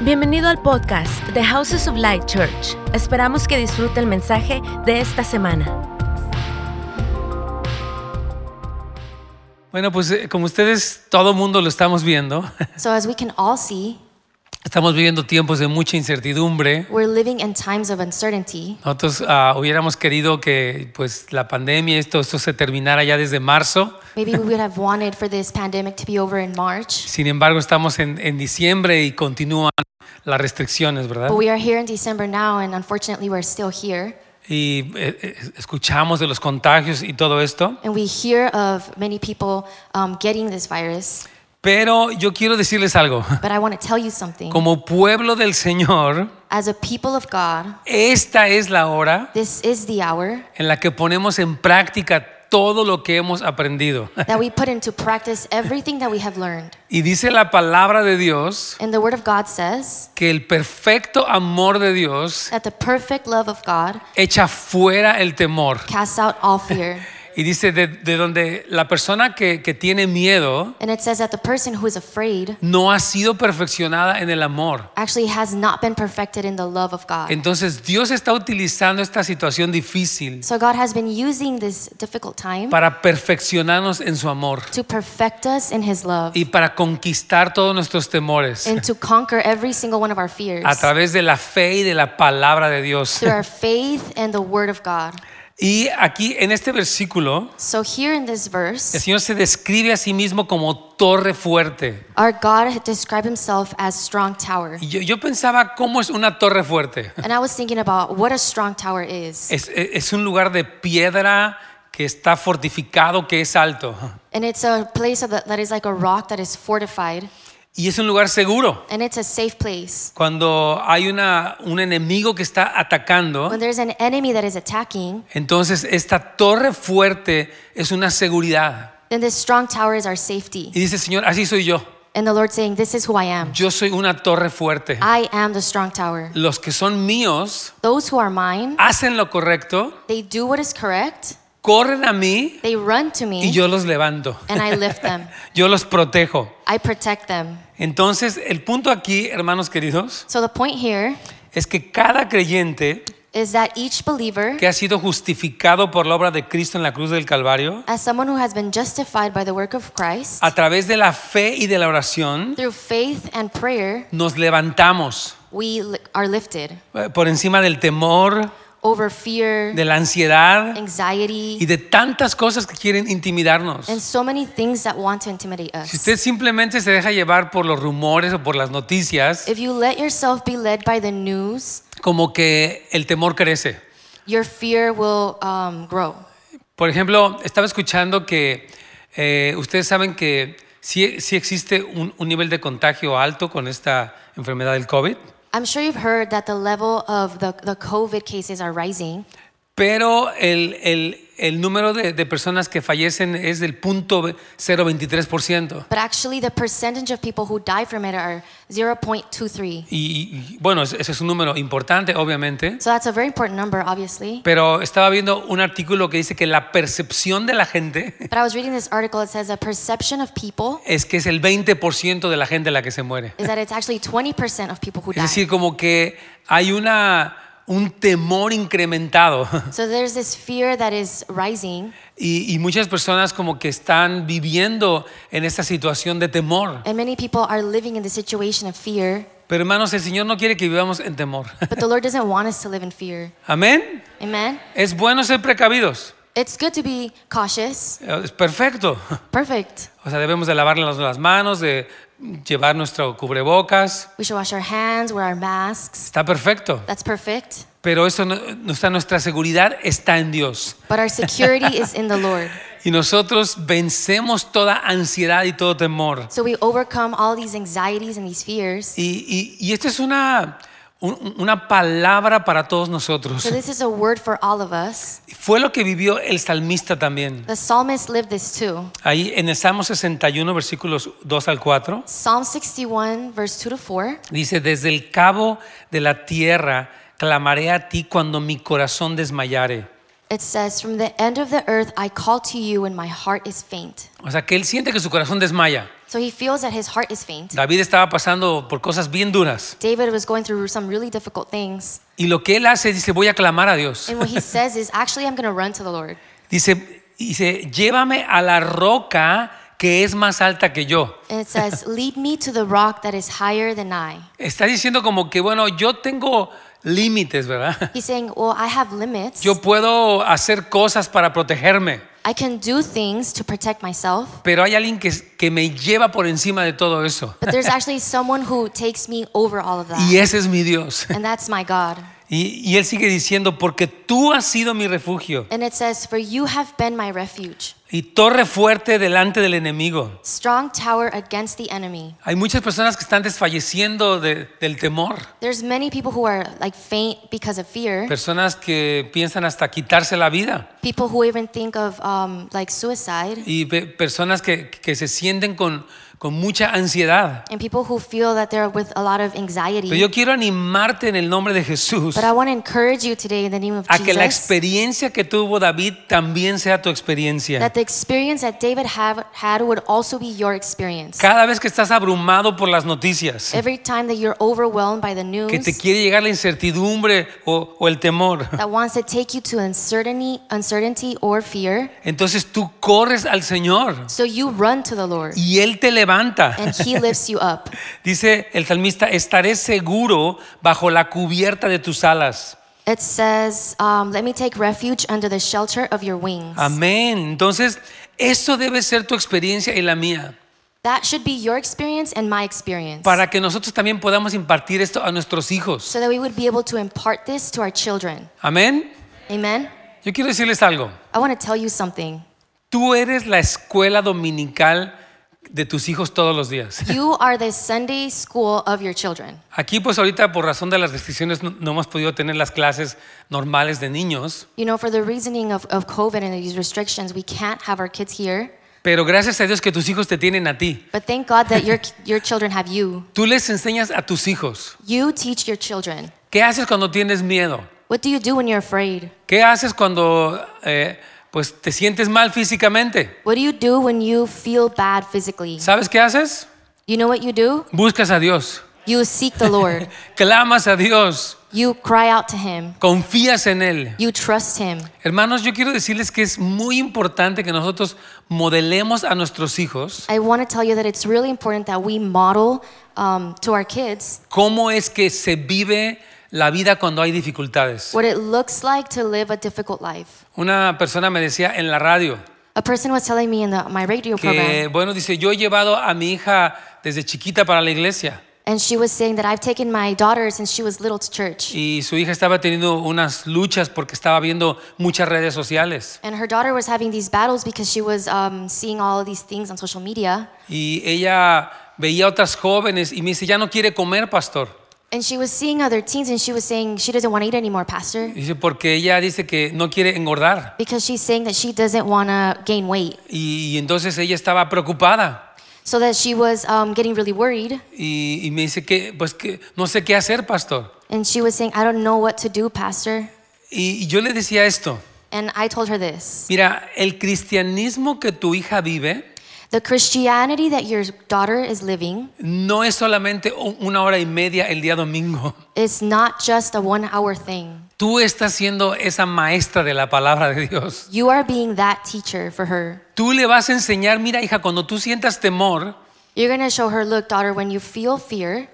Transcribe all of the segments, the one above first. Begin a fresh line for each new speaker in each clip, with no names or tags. Bienvenido al podcast The Houses of Light Church. Esperamos que disfrute el mensaje de esta semana.
Bueno, pues eh, como ustedes, todo mundo lo estamos viendo,
So, as we can all see,
estamos viviendo tiempos de mucha incertidumbre.
we're living in times of uncertainty.
Nosotros ah, hubiéramos querido que pues la pandemia, esto, esto se terminara ya desde marzo.
Maybe we would have wanted for this pandemic to be over in March,
Sin embargo, estamos en, en diciembre y continúan las restricciones, ¿verdad?
but we are here in December now, and unfortunately, we're still here.
Y eh, eh, escuchamos de los contagios y todo esto.
And we hear of many people um, getting this virus,
Pero yo quiero decirles algo.
but I want to tell you something.
Como pueblo del Señor,
As a people of God,
esta es la hora
this is the hour
en la que ponemos en práctica todo lo que hemos aprendido.
that we put into practice everything that we have learned.
Y dice la palabra de Dios
And the Word of God says
que el perfecto amor de Dios
that the perfect love of God
echa fuera el temor.
casts out all fear.
Y dice de, de donde la persona que, que tiene miedo
And it says that the person who is afraid
no ha sido perfeccionada en el amor.
actually has not been perfected in the love of God.
Entonces Dios está utilizando esta situación difícil
So God has been using this difficult time
para perfeccionarnos en su amor
to perfect us in His love
y para conquistar todos nuestros temores
and to conquer every single one of our fears
a través de la fe y de la palabra de Dios.
through our faith and the Word of God.
Y aquí en este versículo
So here in this
El
verse,
Señor se describe a sí mismo como torre fuerte.
our God had described Himself as strong tower,
Y Yo, yo pensaba, ¿cómo es una torre fuerte?
and I was thinking about what a strong tower is,
Es, es- es un lugar de piedra que está fortificado, que es alto.
and it's a place of the, that is like a rock that is fortified,
Y es un lugar seguro.
and it's a safe place.
Cuando hay una, un enemigo que está atacando,
When there's an enemy that is attacking,
entonces esta torre fuerte es una seguridad.
then this strong tower is our safety.
Y dice, Señor, así soy yo.
And the Lord saying, "This is who I am.
Yo soy una torre fuerte.
I am the strong tower.
Los que son míos
Those who are mine."
hacen lo correcto,
They do what is correct.
corren a mí
They run to
y
me
yo los levanto.
and I lift them.
Yo los protejo.
I protect them.
Entonces, el punto aquí, hermanos queridos,
So the point here
es que cada creyente
is that each believer,
que ha sido justificado por la obra de Cristo en la cruz del Calvario,
as someone who has been justified by the work of Christ,
a través de la fe y de la oración,
through faith and prayer,
nos levantamos
we li- are lifted
eh, por encima del temor,
over fear,
de la ansiedad y
anxiety,
de tantas cosas que quieren intimidarnos.
and so many things that want to intimidate
Si
us.
usted simplemente se deja llevar por los rumores o por las noticias,
If you let yourself be led by the news,
como que el temor crece.
your fear will um, grow.
Por ejemplo, estaba escuchando que eh, ustedes saben que sí, sí existe un, un nivel de contagio alto con esta enfermedad del COVID,
I'm sure you've heard that the level of the, the COVID cases are rising.
pero el, el- el número de, de personas que fallecen es del punto 0.23%.
But actually, the percentage of people who die from it are 0.23.
Y, y, bueno, es- ese es un número importante, obviamente,
So that's a very important number, obviously.
pero estaba viendo un artículo que dice que la percepción de la gente
But I was reading this article. It says a perception of people
es que es el 20% de la gente la que se muere.
is that it's actually 20% of people who
Es
die.
decir, como que hay una, un temor incrementado.
So there's this fear that is rising,
Y, y muchas personas como que están viviendo en esta situación de temor.
and many people are living in the situation of fear.
Pero hermanos, el Señor no quiere que vivamos en temor.
But the Lord doesn't want us to live in fear.
Amén.
Amen.
Es bueno ser precavidos. Eh,
It's good to be cautious.
Es perfecto.
Perfect.
O sea, debemos de lavarnos las manos, de llevar nuestro cubrebocas.
We should wash our hands, wear our masks.
Está perfecto.
That's perfect.
Pero eso no, no está- nuestra seguridad está en Dios.
But our security is in the Lord.
Y nosotros vencemos toda ansiedad y todo temor.
So we overcome all these anxieties and these fears.
Y, y, y esta es una, un- una palabra para todos nosotros.
So this is a word for all of us.
Fue lo que vivió el salmista también.
The psalmist lived this too.
Ahí en el Salmo 61, versículos 2 al 4,
Psalm 61, verse 2 to 4.
dice, desde el cabo de la tierra clamaré a ti cuando mi corazón desmayare.
It says, From the end of the earth I call to you when my heart is faint.
O sea, que él siente que su corazón desmaya.
So he feels that his heart is faint.
David estaba pasando por cosas bien duras.
David was going through some really difficult things.
Y lo que él hace, dice, voy a clamar a Dios.
And what he says is, Actually, I'm going to run to the Lord.
Dice, dice, llévame a la roca que es más alta que yo.
And it says, Lead me to the rock that is higher than I.
Está diciendo como que, bueno, yo tengo límites, ¿verdad?
He's saying, Well, I have limits.
Yo puedo hacer cosas para protegerme,
I can do things to protect myself,
pero hay alguien que, que me lleva por encima de todo eso.
but there's actually someone who takes me over all of
Y
that.
ese es mi Dios.
And that's my God.
Y, y él sigue diciendo, porque tú has sido mi refugio
And it says, For you have been my refuge,
y torre fuerte delante del enemigo.
strong tower against the enemy.
Hay muchas personas que están desfalleciendo de- del temor,
There's many people who are like faint because of fear,
personas que piensan hasta quitarse la vida
people who even think of um, like suicide,
y pe- personas que, que se sienten con, con mucha ansiedad.
and people who feel that they're with a lot of
Pero
anxiety.
yo quiero animarte en el nombre de Jesús
But I want to encourage you today in the name of
a que la
Jesus
experiencia que tuvo David también sea tu experiencia.
that the experience that David have, had would also be your experience.
Cada vez que estás abrumado por las noticias,
Every time that you're overwhelmed by the
que te
news,
quiere llegar la incertidumbre o, o el temor,
that wants to take you to uncertainty, uncertainty or fear.
entonces tú corres al Señor
So you run to the Lord
y Él te levanta.
and he lifts you up.
Dice el salmista, estaré seguro bajo la cubierta de tus alas.
It says, um, Let me take refuge under the shelter of your wings.
Amén. Entonces, eso debe ser tu experiencia y la mía,
That should be your experience and my experience.
para que nosotros también podamos impartir esto a nuestros hijos.
So that we would be able to impart this to our children.
Amén.
Amen.
Yo quiero decirles algo.
I want to tell you something.
Tú eres la escuela dominical de tus hijos todos los días.
You are the Sunday school of your children.
Aquí pues ahorita por razón de las restricciones no, no hemos podido tener las clases normales de niños,
You know, for the reasoning of, of COVID and these restrictions, we can't have our kids here.
pero gracias a Dios que tus hijos te tienen a ti.
But thank God that your, your children have you.
Tú les enseñas a tus hijos.
You teach your children.
¿Qué haces cuando tienes miedo?
What do you do when you're afraid?
¿Qué haces cuando eh, pues te sientes mal físicamente?
What do you do when you feel bad physically?
¿Sabes qué haces?
You know what you do?
Buscas a Dios,
You seek the Lord.
clamas a Dios,
You cry out to him.
confías en Él.
You trust him.
Hermanos, yo quiero decirles que es muy importante que nosotros modelemos a nuestros hijos
I want to tell you that it's really important that we model um, to our kids
cómo es que se vive la vida cuando hay dificultades.
what it looks like to live a difficult life.
Una persona me decía en la radio
A person was telling me in the, my radio
que,
program,
bueno, dice, yo he llevado a mi hija desde chiquita para la iglesia
and she was saying that I've taken my daughter since she was little to church.
y su hija estaba teniendo unas luchas porque estaba viendo muchas redes sociales.
And her daughter was having these battles because she was um, seeing all of these things on social media.
Y ella veía a otras jóvenes y me dice, ya no quiere comer, pastor.
And she was seeing other teens and she was saying she doesn't want to eat anymore, Pastor,
Dice, porque ella dice que no quiere engordar.
because she's saying that she doesn't want to gain weight.
Y, y entonces ella estaba preocupada
So that she was um, getting really worried
y, y me dice que, pues que no sé qué hacer, pastor.
and she was saying, I don't know what to do, Pastor.
Y, y yo le decía esto,
And I told her this
mira, el cristianismo que tu hija vive
the Christianity that your daughter is living
no es solamente u- una hora y media el día domingo.
is not just a one hour thing.
Tú estás siendo esa maestra de la palabra de Dios.
You are being that teacher for her.
Tú le vas a enseñar, mira hija, cuando tú sientas temor,
You're going to show her, look, daughter, when you feel fear,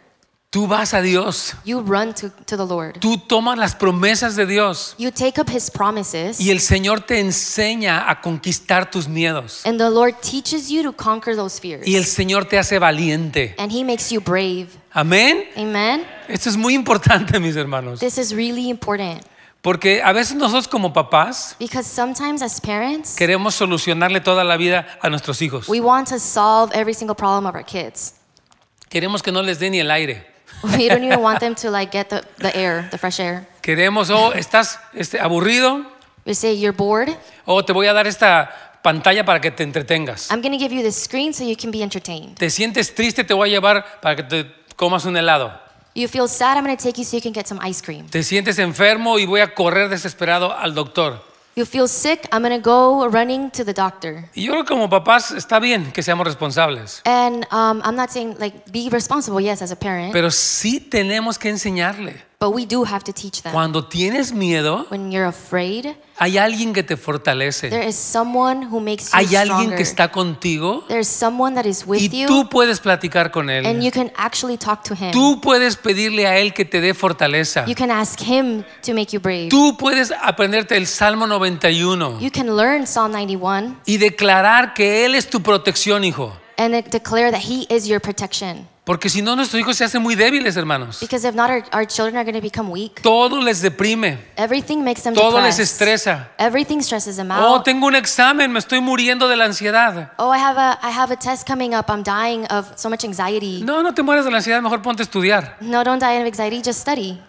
tú vas a Dios.
you run to, to the Lord.
Tú tomas las promesas de Dios
You take up his promises,
y el Señor te enseña a conquistar tus miedos.
and the Lord teaches you to conquer those fears.
Y el Señor te hace valiente.
and he makes you brave.
Amén.
Amen.
Esto es muy importante, mis hermanos.
This is really important
Porque a veces nosotros como papás
because sometimes as parents,
queremos solucionarle toda la vida a nuestros hijos.
we want to solve every single problem of our kids.
Queremos que no les dé ni el aire.
We don't even want them to like get the, the air, the fresh air.
Queremos, oh, estás este, aburrido,
We say you're bored.
oh, te voy a dar esta pantalla para que te entretengas.
I'm gonna give you this screen so you can be entertained.
Te sientes triste, te voy a llevar para que te comas un helado.
You feel sad. I'm gonna take you so you can get some ice cream.
Te sientes enfermo y voy a correr desesperado al doctor.
You you feel sick, I'm going to go running to the doctor.
Y yo creo que como papás está bien que seamos responsables,
And um, I'm not saying like be responsible, yes, as a parent,
pero sí tenemos que enseñarle.
but we do have to teach them.
Cuando tienes miedo,
When you're afraid,
hay alguien que te
there
fortalece,
is someone who makes you
hay alguien que
stronger.
está contigo
There's someone that is with
y
you,
tú puedes platicar con
and
él.
you can actually talk to him.
Tú puedes pedirle a él que te dé fortaleza.
You can ask him to make you brave.
Tú puedes aprenderte el Salmo 91
You can learn Psalm 91
y declarar que él es tu protección, hijo.
and then declare that he is your protection.
Porque si no, nuestros hijos se hacen muy débiles, hermanos.
Because if not, our, our children are going to become weak.
Todo les deprime.
Everything makes them
Todo les
depressed.
estresa.
Everything stresses them
Oh,
out.
tengo un examen, me estoy muriendo de la ansiedad.
Oh, I have a I have a test coming up. I'm dying of so much anxiety.
No, no te mueres de la ansiedad, mejor ponte a estudiar.
No, don't die of anxiety. Just study.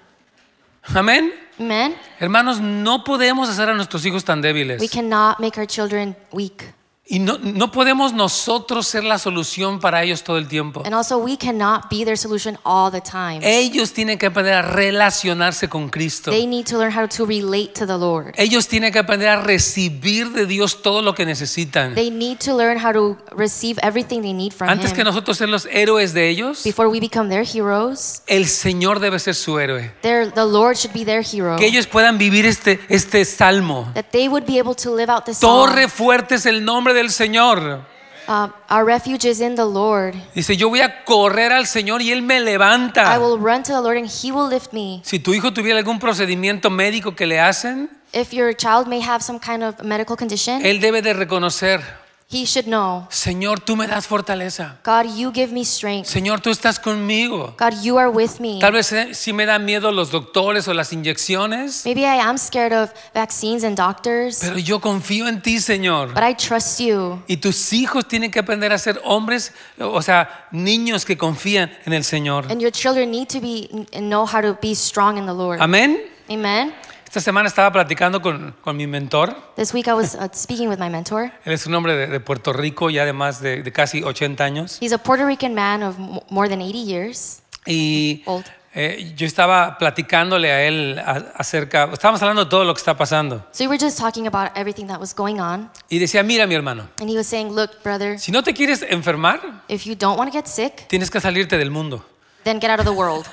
Amén.
Amen.
Hermanos, no podemos hacer a nuestros hijos tan
We
débiles.
cannot make our children weak,
Y no, no podemos nosotros ser la solución para ellos todo el tiempo.
and also we cannot be their solution all the time.
Ellos tienen que aprender a relacionarse con Cristo.
They need to learn how to relate to the Lord.
Ellos tienen que aprender a recibir de Dios todo lo que necesitan.
They need to learn how to receive everything they need from
Antes que
Him.
nosotros ser los héroes de ellos,
Before we become their heroes,
el Señor debe ser su héroe.
their, the Lord should be their hero.
Que ellos puedan vivir este, este salmo.
That they would be able to live out this
Torre
song.
fuerte es el nombre del Señor.
Um, our refuge is in the Lord.
Dice, yo voy a correr al Señor y Él me
I
levanta.
will run to the Lord and He will lift me.
Si tu hijo tuviera algún procedimiento médico que le hacen,
If your child may have some kind of medical condition,
Él debe de reconocer,
he should know
Señor, tú me das fortaleza.
God, you give me strength.
Señor, tú estás conmigo.
God, you are with me.
Tal vez eh, sí me dan miedo los doctores o las inyecciones,
Maybe I am scared of vaccines and doctors,
pero yo confío en ti, Señor.
but I trust you.
Y tus hijos tienen que aprender a ser hombres, o sea, niños que confían en el Señor.
And your children need to be and know how to be strong in the Lord.
Amén.
Amen.
Esta semana estaba platicando con, con mi mentor.
This week I was uh, speaking with my mentor.
Él es un hombre de, de Puerto Rico y además de, de casi 80 años.
He's a Puerto Rican man of m- more than 80 years.
Y
Old.
eh, yo estaba platicándole a él a- acerca, estábamos hablando de todo lo que está pasando.
So we were just talking about everything that was going on.
Y decía, mira mi hermano,
And he was saying, Look, brother,
si no te quieres enfermar,
if you don't want to get sick,
tienes que salirte del mundo.
then get out of the world.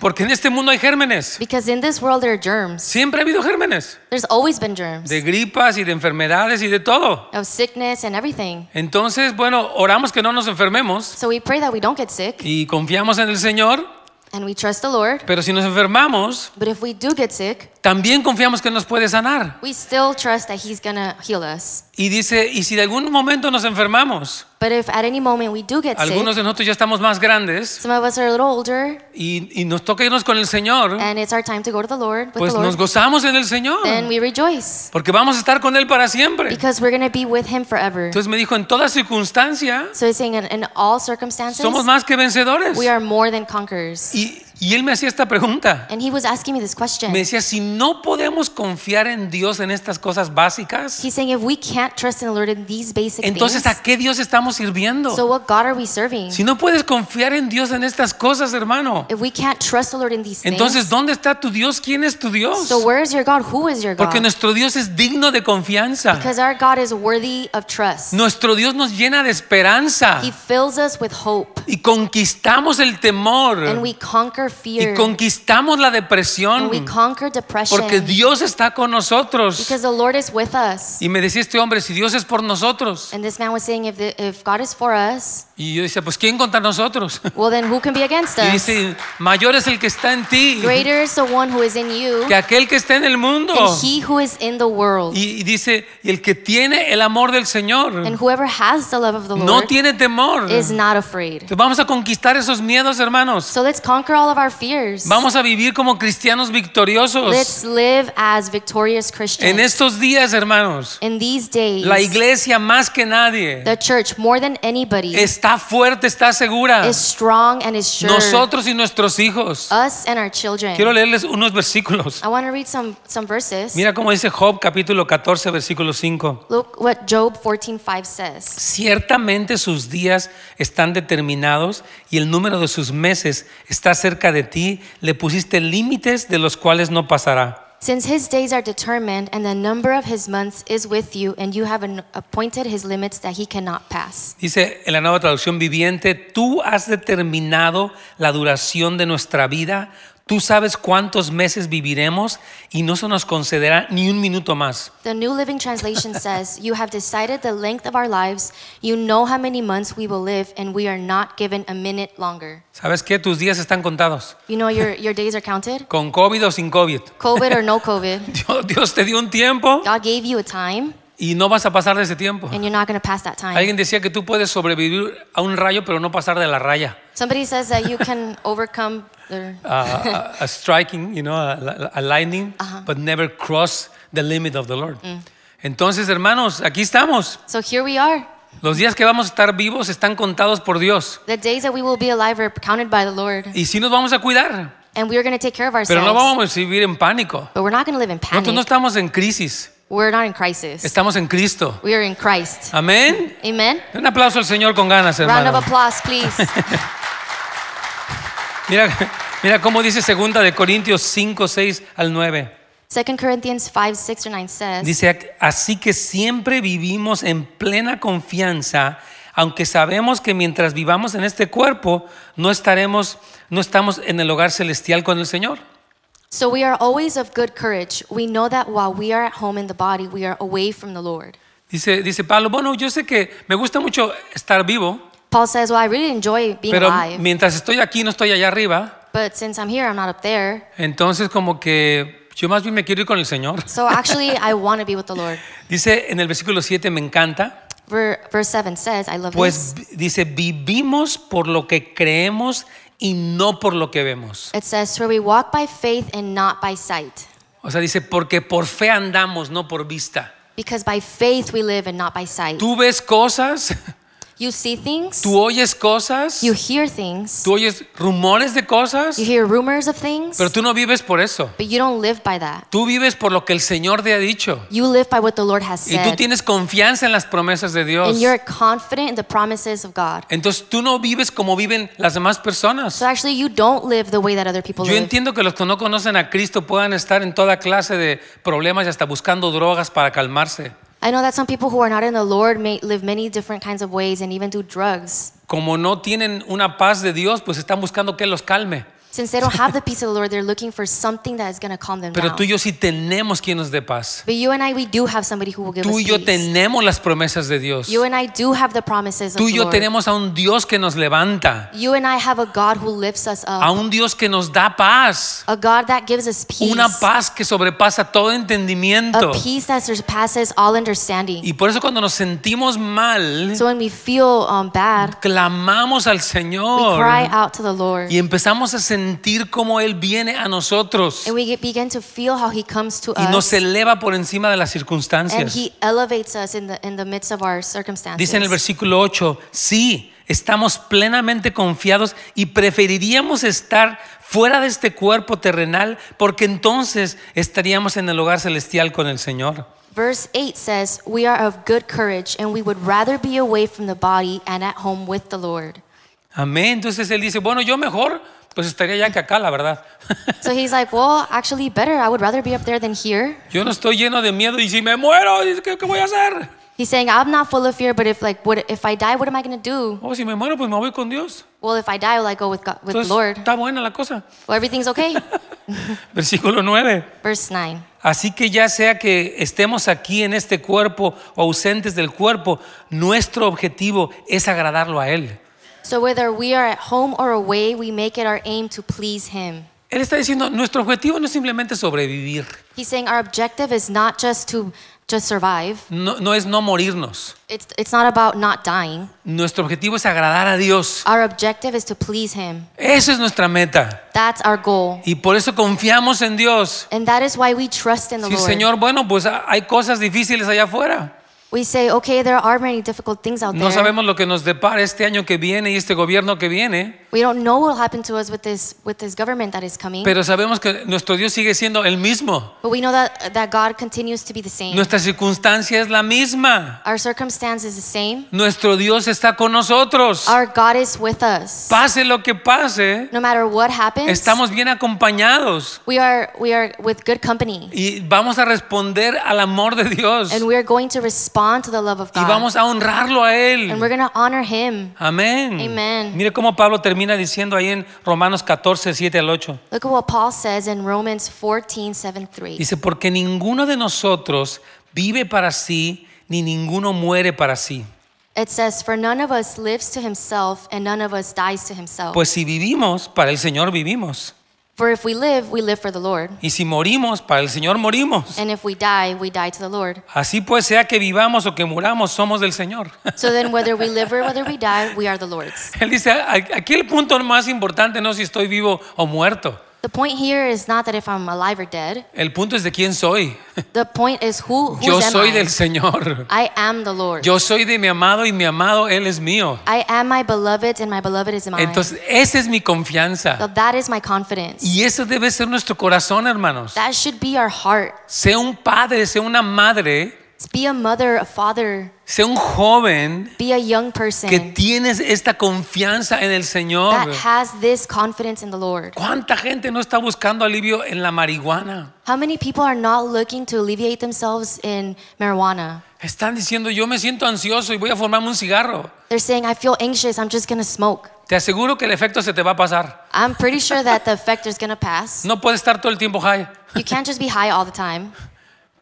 Porque en este mundo hay gérmenes.
because in this world, there are germs.
Siempre ha habido gérmenes.
There's always been germs
De gripas y de enfermedades y de todo.
of sickness and everything.
Entonces, bueno, oramos que no nos enfermemos
So we pray that we don't get sick
y confiamos en el Señor,
and we trust the Lord.
pero si nos enfermamos,
But if we do get sick,
también confiamos que nos puede sanar.
we still trust that He's going to heal us.
Y dice, y si de algún momento nos enfermamos,
But if at any moment we do get
algunos
sick,
de nosotros ya estamos más grandes
some of us are a little older
y, y nos toca irnos con el Señor,
and it's our time to go to the Lord with
pues
the
nos
Lord,
gozamos en el Señor,
then we rejoice
porque vamos a estar con Él para siempre.
because we're going to be with Him forever.
Entonces me dijo, en toda circunstancia,
So he's saying in, in all circumstances,
somos más que vencedores.
we are more than conquerors.
Y, y Él me hacía esta pregunta.
And he was asking me this question.
Me decía, si no podemos confiar en Dios en estas cosas básicas,
He's saying if we can't trust in the Lord in these basic
entonces ¿a
things,
qué Dios estamos sirviendo?
so what God are we serving?
Si no puedes confiar en Dios en estas cosas, hermano,
if we can't trust the Lord in these
entonces
things,
¿dónde está tu Dios? ¿Quién es tu Dios?
so where is your God? Who is your
Porque
God?
nuestro Dios es digno de confianza.
Because our God is worthy of trust.
Nuestro Dios nos llena de esperanza
He fills us with hope
y conquistamos el temor
and we conquer
y
fear
conquistamos la
and we
depresión
conquer depression
porque Dios está con nosotros.
because the Lord is with us.
Y me decía este hombre, si Dios es por nosotros.
And this man was saying if, the, if God is for us,
Y yo decía, pues ¿quién contra nosotros?
well then who can be against
Y
us?
dice, mayor es el que está en ti
Greater is the one who is in you
que aquel que está en el mundo.
than he who is in the world.
Y y dice, y el que tiene el amor del
And
Señor
whoever has the love of the
no
Lord
tiene temor. Entonces
is not afraid.
vamos a conquistar esos miedos, hermanos.
So let's conquer all of our fears.
Vamos a vivir como cristianos victoriosos.
Let's live as victorious
En
Christians.
estos días, hermanos,
In these days,
la iglesia más que nadie
the church, more than anybody,
está fuerte, está segura.
is strong and is sure.
Nosotros y nuestros hijos.
Us and our children.
Quiero leerles unos versículos.
I want to read some, some verses.
Mira cómo dice Job capítulo 14, versículo 5.
Look what Job 14:5 says.
Ciertamente sus días están determinados y el número de sus meses está cerca de ti. Le pusiste límites de los cuales no pasará.
Since his days are determined and the number of his months is with you, and you have an- appointed his limits that he cannot pass.
Dice en la nueva traducción viviente, tú has determinado la duración de nuestra vida, tú sabes cuántos meses viviremos y no se nos concederá ni un minuto más.
The New Living Translation says, You have decided the length of our lives, you know how many months we will live, and we are not given a minute longer.
¿Sabes qué? Tus días están contados,
You know your, your days are counted?
con COVID o sin COVID.
COVID or no COVID.
Dios, Dios te dio un tiempo
God gave you a time,
y no vas a pasar de ese tiempo.
and you're not going to pass that time.
Alguien decía que tú puedes sobrevivir a un rayo pero no pasar de la raya.
Somebody says that you can overcome the.
A- a, a striking, you know, a, a lightning, but never cross the limit of the Lord.
Mm.
Entonces, hermanos, aquí estamos.
So here we are.
Los días que vamos a estar vivos están contados por Dios.
The days that we will be alive are counted by the Lord,
Y sí nos vamos a cuidar,
and we are going to take care of
pero
ourselves.
no vamos a vivir en pánico.
But we're not going to live in
Nosotros no
panic.
estamos en crisis,
We're not in crisis.
estamos en Cristo.
We are in Christ.
Amén.
Amen.
Un aplauso al Señor con ganas,
Round of
hermano.
applause, please.
Mira, mira cómo dice segunda de Corintios 5, 6 al 9.
2 Corinthians 5, 6 to 9 says,
Dice, así que siempre vivimos en plena confianza, aunque sabemos que mientras vivamos en este cuerpo, no estaremos, no estamos en el hogar celestial con el Señor.
So we are always of good courage. We know that while we are at home in the body, we are away from the Lord.
Dice, dice Pablo, bueno, yo sé que me gusta mucho estar vivo,
Paul says, Well, I really enjoy being
pero
alive,
mientras estoy aquí, no estoy allá arriba,
but since I'm here, I'm not up there.
entonces como que yo más bien me quiero ir con el Señor.
So actually, I want to be with the Lord.
Dice en el versículo 7, me encanta,
Ver, verse 7 says, I love this.
pues vi- dice, vivimos por lo que creemos y no por lo que vemos.
It says, For we walk by faith and not by sight.
O sea, dice, porque por fe andamos, no por vista.
Because by faith we live and not by sight.
Tú ves cosas,
You see things,
tú oyes cosas,
you hear things,
tú oyes rumores de cosas,
you hear rumors of things,
pero tú no vives por eso.
but you don't live by that.
Tú vives por lo que el Señor te ha dicho.
You live by what the Lord has
Y tú
said.
tienes confianza en las promesas de Dios.
And you're confident in the promises of God.
Entonces tú no vives como viven las demás personas.
So actually, you don't live the way that other people
Yo
live.
entiendo que los que no conocen a Cristo puedan estar en toda clase de problemas y hasta buscando drogas para calmarse.
I know that some people who are not in the Lord may live many different kinds of ways and even do drugs.
Como no tienen una paz de Dios, pues están buscando que los calme.
Since they don't have the peace of the Lord, they're looking for something that is going to calm them
Pero
down.
tú y yo sí tenemos quien nos dé paz.
But you and I, we do have somebody who will give
Tú
us
y yo
peace.
tenemos las promesas de Dios.
You and I do have the promises
Tú
of
y
the
yo
Lord.
tenemos a un Dios que nos levanta,
You and I have a God who lifts us
a
up,
un Dios que nos da paz,
a God that gives us peace,
una paz que sobrepasa todo
a
entendimiento.
peace that surpasses all understanding.
Y por eso cuando nos sentimos mal,
So when we feel um, bad,
clamamos al
we cry
Señor
out to the Lord,
y empezamos a sentir cómo Él viene a nosotros
and we get, begin to feel how He comes to
y nos
us,
eleva por encima de las
and
circunstancias.
He elevates us in the in the midst of our
Dice en el
circumstances.
versículo 8, sí, estamos plenamente confiados y preferiríamos estar fuera de este cuerpo terrenal porque entonces estaríamos en el hogar celestial con el Señor.
Verse 8 says, We are of good courage, and we would rather be away from the body and at home with the Lord.
Amén. Entonces él dice, bueno, yo mejor pues estaría ya que acá, la verdad.
So he's like, Well, actually, better. I would rather be up there than here.
yo no estoy lleno de miedo y si me muero, ¿qué, qué voy a hacer?
He's saying, I'm not full of fear, but if like what if I die, what am I gonna do?
Oh, si me muero, pues me voy con Dios.
Well, if I die, will I go with God, with the
Entonces,
Lord?
está buena la cosa.
Well, everything's okay.
Versículo 9.
Verse nine.
Así que ya sea que estemos aquí en este cuerpo o ausentes del cuerpo, nuestro objetivo es agradarlo a Él.
So whether we are at home or away, we make it our aim to please Him.
Él está diciendo, nuestro objetivo no es simplemente sobrevivir,
He's saying our objective is not just to just survive.
no, no es no morirnos.
It's it's not about not dying.
Nuestro objetivo es agradar a Dios.
Our objective is to please Him.
Esa es nuestra meta.
That's our goal,
Y por eso confiamos en Dios.
and that is why we trust in the
Sí,
Lord.
Señor, bueno, pues ah, hay cosas difíciles allá afuera.
We say, okay, there are many difficult things out
No
there.
sabemos lo que nos depara este año que viene y este gobierno que viene.
We don't know what will happen to us with this with this government that is coming.
Pero sabemos que nuestro Dios sigue siendo el mismo.
but we know that that God continues to be the same.
Nuestra circunstancia es la misma.
Our circumstance is the same.
Nuestro Dios está con nosotros.
Our God is with us.
Pase lo que pase,
No matter what happens,
estamos bien acompañados
we are we are with good company,
y vamos a responder al amor de Dios
and
y
we are going to respond to the love of God,
vamos a honrarlo a
and we're
Él.
going to honor Him.
Amén.
Amen.
Mire cómo Pablo termina diciendo ahí en Romanos 14, 7 al 8.
Look at what Paul says in Romans 14, 7, 3.
Dice, porque ninguno de nosotros vive para sí, ni ninguno muere para sí.
It says, For none of us lives to himself, and none of us dies to himself.
Pues si vivimos, para el Señor vivimos.
For if we live, we live for the Lord,
Y si morimos, para el Señor morimos.
and if we die, we die to the Lord.
Así pues, sea que vivamos o que muramos, somos del Señor.
So then, whether we live or whether we die, we are the Lord's.
Él dice, "A- aquí el punto más importante no es si estoy vivo o muerto.
The point here is not that if I'm alive or dead,
El punto es de quién soy.
the point is who whose
Yo
am
soy
I?
del Señor.
I am the Lord.
Yo soy de mi amado y mi amado, Él es mío.
I am my beloved, and my beloved is mine.
Entonces, esa es mi
so
confianza.
that is my confidence.
Y eso debe ser nuestro corazón, hermanos.
That should be our heart.
Sea un padre, sea una madre,
Be a mother, a father,
sea un joven
be a young person
que tienes esta confianza en el Señor.
that has this confidence in the Lord.
¿Cuánta gente no está buscando alivio en la marihuana?
How many people are not looking to alleviate themselves in marijuana?
Están diciendo, yo me siento ansioso y voy a formarme un cigarro.
They're saying, I feel anxious, I'm just gonna smoke.
Te aseguro que el efecto se te va a pasar.
I'm pretty sure that the effect is gonna pass.
No puedes estar todo el tiempo high,
You can't just be high all the time,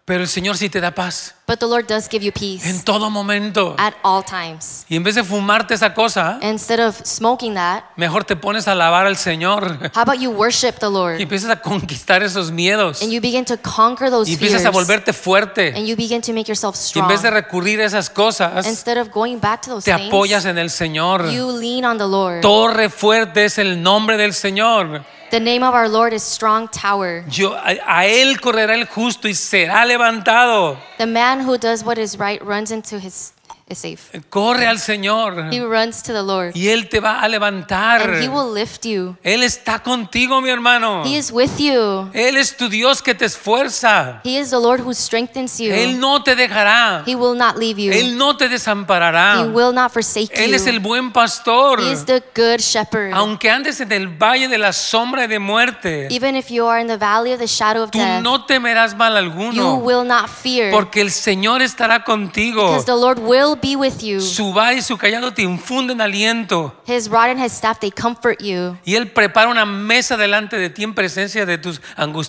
pero el Señor sí te da paz
but the Lord does give
en
you peace
todo momento.
at all times.
Y en vez de fumarte esa cosa,
Instead of smoking that,
mejor te pones a alabar al Señor
how about you worship the
y
Lord
empiezas a conquistar esos miedos
and you begin to conquer those
y
fears
empiezas a volverte fuerte.
and you begin to make yourself
Y en
strong.
vez de recurrir a esas cosas,
Instead of going back to those
te apoyas
things,
en el Señor.
you lean on the Lord.
Torre fuerte es el nombre del Señor.
The name of our Lord is strong tower.
Yo, a, a él correrá el justo y será levantado.
The man who does what is right runs into his is safe.
Corre al Señor
He runs to the Lord
y él te va a levantar.
and he will lift you.
Él está contigo, mi hermano.
He is with you.
Él es tu Dios que te esfuerza.
He is the Lord who strengthens
Él
you.
no te dejará.
He will not leave you.
Él
He
no te desamparará.
will not forsake
Él
you.
es el buen pastor.
He is the good shepherd.
Aunque andes en el valle de la sombra y de muerte,
Even if you are in the valley of the shadow of
tú
death,
no temerás mal
you
alguno,
will not fear
porque el Señor estará contigo.
because the Lord will be with you.
Su vara y su callado te infunden aliento.
His rod and his staff, they comfort you.
Y Él prepara una mesa delante de ti en presencia de tus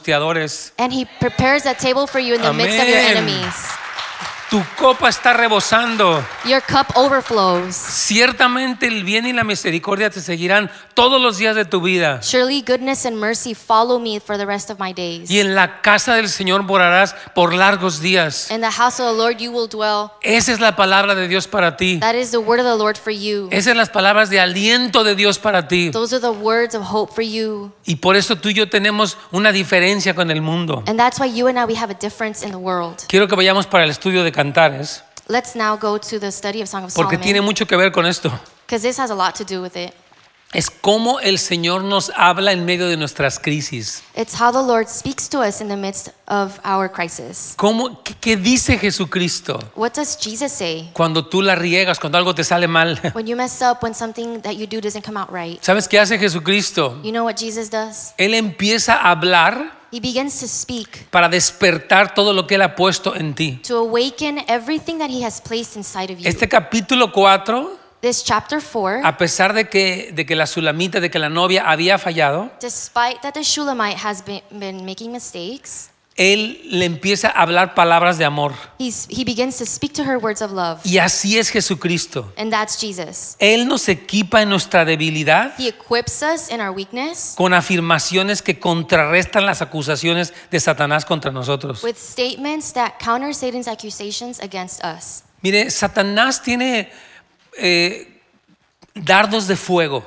angustiadores.
And he prepares a table for you in the midst of your
Amén.
enemies.
Tu copa está rebosando.
Your cup overflows.
Ciertamente el bien y la misericordia te seguirán todos los días de tu vida.
Surely goodness and mercy follow me for the rest of my days.
Y en la casa del Señor morarás por largos días.
In the house of the Lord you will dwell.
Esa es la palabra de Dios para ti.
That is the word of the Lord for you.
Esas son las palabras de aliento de Dios para ti.
Those are the words of hope for you.
Y por eso tú y yo tenemos una diferencia con el mundo.
And that's why you and I we have a difference in the world.
Quiero que vayamos para el estudio de cantares,
Let's now go to the study of Song of
porque tiene
Solomon
mucho que ver con esto.
because this has a lot to do with it.
Es cómo el Señor nos habla en medio de nuestras crisis.
It's how the Lord speaks to us in the midst of our crisis.
¿Cómo, qué, qué dice Jesucristo
What does Jesus say
cuando tú la riegas, cuando algo te sale mal?
when you mess up when something that you do doesn't come out right?
¿Sabes qué hace Jesucristo?
You know what Jesus does?
Él empieza a hablar
He begins to speak
para despertar todo lo que Él ha puesto en ti.
to awaken everything that he has placed inside of you.
Este Ah. capítulo 4
This chapter 4,
A pesar de que, de que la sulamita, de que la novia había fallado,
despite that the Shulamite has been, been making mistakes,
él le empieza a hablar palabras de amor.
he's, he begins to speak to her words of love.
Y así es Jesucristo.
And that's Jesus.
Él nos equipa en nuestra debilidad
He equips us in our weakness
con afirmaciones que contrarrestan las acusaciones de Satanás contra nosotros.
with statements that counter Satan's accusations against us.
Mire, Satanás tiene eh, dardos de fuego.